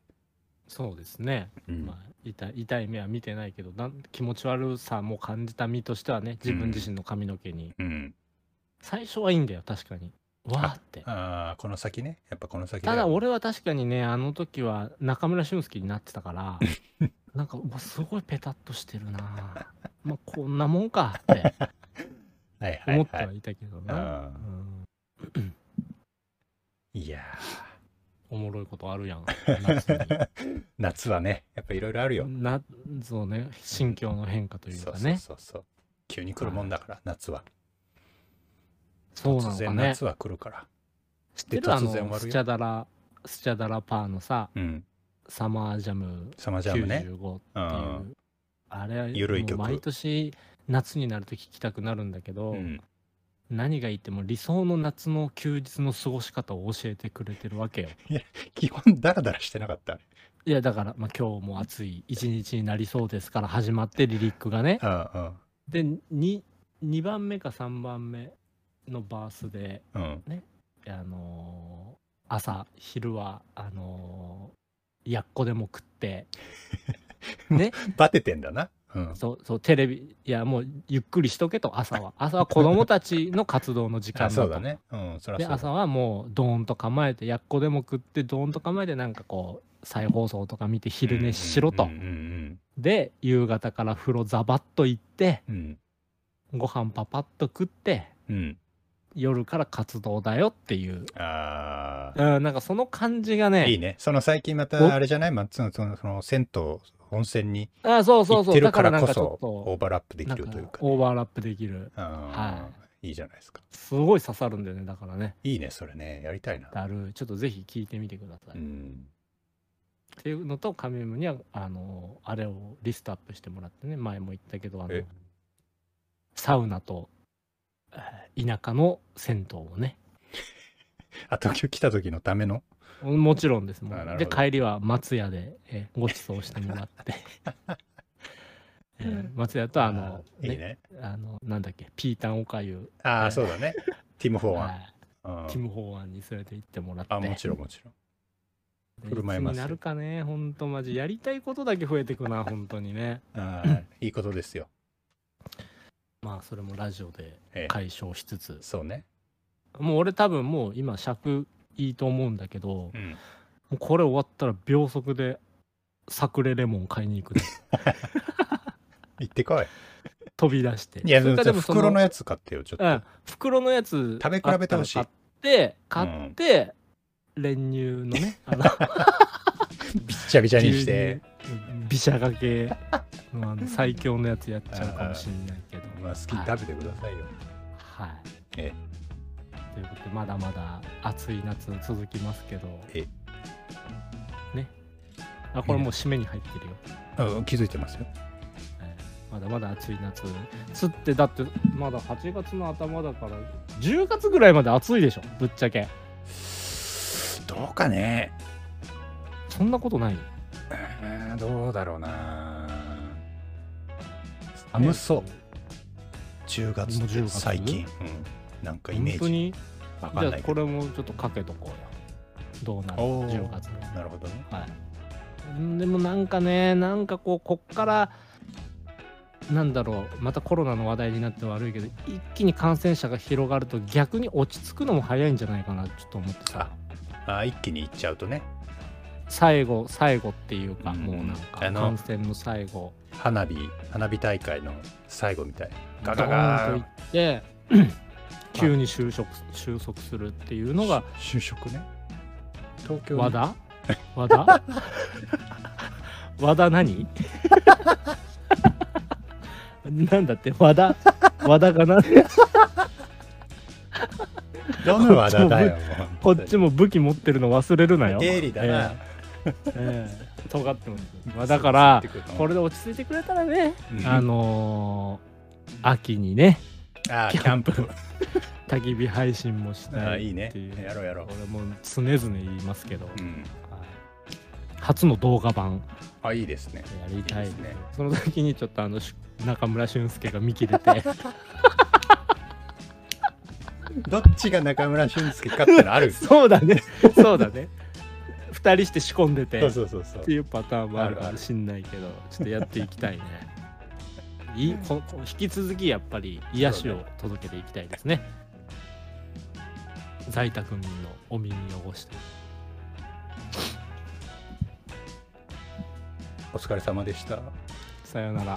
B: そうですね。
A: うん
B: まあ痛い痛い目は見てないけど、なん気持ち悪さも感じた身としてはね、自分自身の髪の毛に、
A: うん。
B: 最初はいいんだよ確かに。わーって。
A: ああ、この先ね。やっぱこの先
B: ただ俺は確かにねあの時は中村俊輔になってたから なんかうわすごいペタッとしてるなまあこんなもんかって
A: はいはい
B: 思って
A: は。
B: はいいたけどな、
A: あ
B: う
A: あ
B: ん
A: いや
B: おもろいことあるやん夏 に
A: ー夏はね、やっぱいろいろあるよ。
B: なそうね心境の変化というか
A: そ
B: ね
A: うそうそうそう急に来るもんだから、夏は
B: そう
A: 突
B: なの
A: 然
B: かね
A: 夏は来るから
B: 知って
A: 突
B: るあ
A: 然終わ
B: の
A: る
B: ス
A: よ
B: チャダラスチャダラパーのさ
A: うん
B: サマージャム
A: サマージャムね
B: 95っ
A: う
B: てい
A: ん
B: うあれ
A: ゆるい曲
B: もう毎年夏になると聴きたくなるんだけど、
A: うん
B: 何がいいっても理想の夏の休日の過ごし方を教えてくれてるわけよ。
A: 基本ダラダラしてなかったね
B: いやだから、まあ、今日も暑い一日になりそうですから始まってリリックがね。
A: うん
B: で 2, 2番目か3番目のバースで、
A: うんうん
B: あのー朝昼はあのーやっこでも食って
A: バテてんだなうん
B: そうそうテレビいやもうゆっくりしとけと朝は朝は子供たちの活動の時間
A: あ
B: だ
A: そう
B: と
A: だねうんそり
B: で
A: ゃそう
B: 朝はもうドーンと構えてやっこでも食ってドーンと構えてなんかこう再放送とか見て
A: だ
B: 昼寝しろと、
A: うんうん
B: で夕方から風呂ザバッと行って
A: うんうん
B: ご飯パパッと食って
A: うんうん
B: 夜から活動だよっていう、
A: あー
B: うん、なんかその感じがね
A: いいねその最近またあれじゃないまあそのそのその銭湯温泉に
B: あそうそ
A: 行
B: う
A: っ
B: そう
A: てる
B: だか
A: からら
B: なん
A: こ
B: かちょ
A: そ
B: っ
A: オ
B: と
A: ーバーラップでき
B: なん
A: る
B: か
A: というかね
B: オーバーラップできる
A: あーいいじゃないですか
B: すごい刺さるんだよねだからね
A: いいねそれねやりたいな
B: だるいちょっとぜひ聞いてみてください、
A: うん
B: っていうのとカメムにはあのあれをリストアップしてもらってね前も言ったけどあの
A: え
B: サウナとえー田舎の銭湯をね
A: あ、東京来た時のための
B: もちろんですも
A: あなる
B: ん
A: ほ
B: で
A: ど
B: 帰りは松屋で、えーご馳走しても らって、えー松屋とあの
A: ーいいね。
B: あのなんだっけピータンおかゆ、
A: あ
B: は
A: あ、
B: い
A: そうだね。ティム・フォーワ
B: はい
A: ンうん。
B: キム・ホーアンに連れて行ってもらって
A: あ、もちろんもちろん。
B: で
A: 振る舞います
B: いつになるかねほんとマジやりたいことだけ増えてくなほんとにね
A: あーいいことですよ。
B: まあそれもラジオで
A: ええ
B: 解消しつつ
A: そうね。
B: もう俺多分もう今尺いいと思うんだけども
A: うん。
B: うこれ終わったら秒速で作レレモン買い に行くね
A: 行ってこい。
B: 飛び出して
A: いや、でも
B: それか
A: で
B: ら
A: も
B: その
A: 袋のやつ買ってよ、ちょっと。
B: うん、袋のやつ
A: 食べ比べてほしい
B: あったら買って買って、練乳の ねあの
A: びっちゃびちゃにして。
B: びしゃがけのあの最強のやつやっちゃうかもしれない けど
A: まあ、好きに食べてくださいよ。
B: はい、
A: え
B: ということでまだまだ暑い夏続きますけど
A: え
B: ねあこれもう締めに入ってるよ、
A: うん気づいてますよ。
B: えーまだまだ暑い夏つってだってまだ8月の頭だから10月ぐらいまで暑いでしょぶっちゃけ
A: どうかね。
B: そんなことない
A: うんどうだろうな。寒そう。10月
B: もう10月
A: 最近、うん、なんかイメ
B: 本当
A: ージ
B: に
A: わかん
B: じゃあ
A: ないけ
B: こ
A: ど
B: れもちょっとかけとこうよどうなる
A: おー
B: 10月の
A: なるほどね
B: はい、んでもなんかねなんかこうこっからなんだろうまたコロナの話題になって悪いけど一気に感染者が広がると逆に落ち着くのも早いんじゃないかなちょっと思ってさ
A: あ一気にいっちゃうとね
B: 最後最後っていうか、
A: うん
B: もうなん
A: あ
B: か
A: の
B: 感染の最後
A: 花火花火大会の最後みたいガ
B: ド
A: ガ
B: ー
A: ガ
B: ン
A: ー
B: といって急に収束収束するっていうのが
A: し就職ね東京に
B: 和田和田和田何なんだって和田和田がなん
A: どの和田だよ
B: こっち
A: も
B: も武器持ってるの忘れるなよ
A: う経理だな、
B: ええええ尖ってますまあだからこ
A: れ
B: れで落ち着いてくれたらね
A: うん
B: あのー秋にね
A: あキャンプ
B: 焚き火配信もした
A: あ
B: い
A: いいね
B: っていう
A: やろうやろう
B: 俺も常々言いますけど、
A: うん
B: はい初の動画版
A: あいいですね
B: やりたい
A: いいですね
B: その時にちょっとあのし中村俊輔が見切 れて
A: どっちが中村俊輔かってのある そ
B: そうだねそうだね2人して仕込んでて
A: うそうそうそう
B: っていうパターンもある
A: ある
B: か
A: あ
B: も
A: る
B: しんないけどちょっとやってい きたいねいいここ引き続きやっぱり癒しを届けていきたいですね在宅民のお耳汚して
A: お疲れ様でした
B: さようなら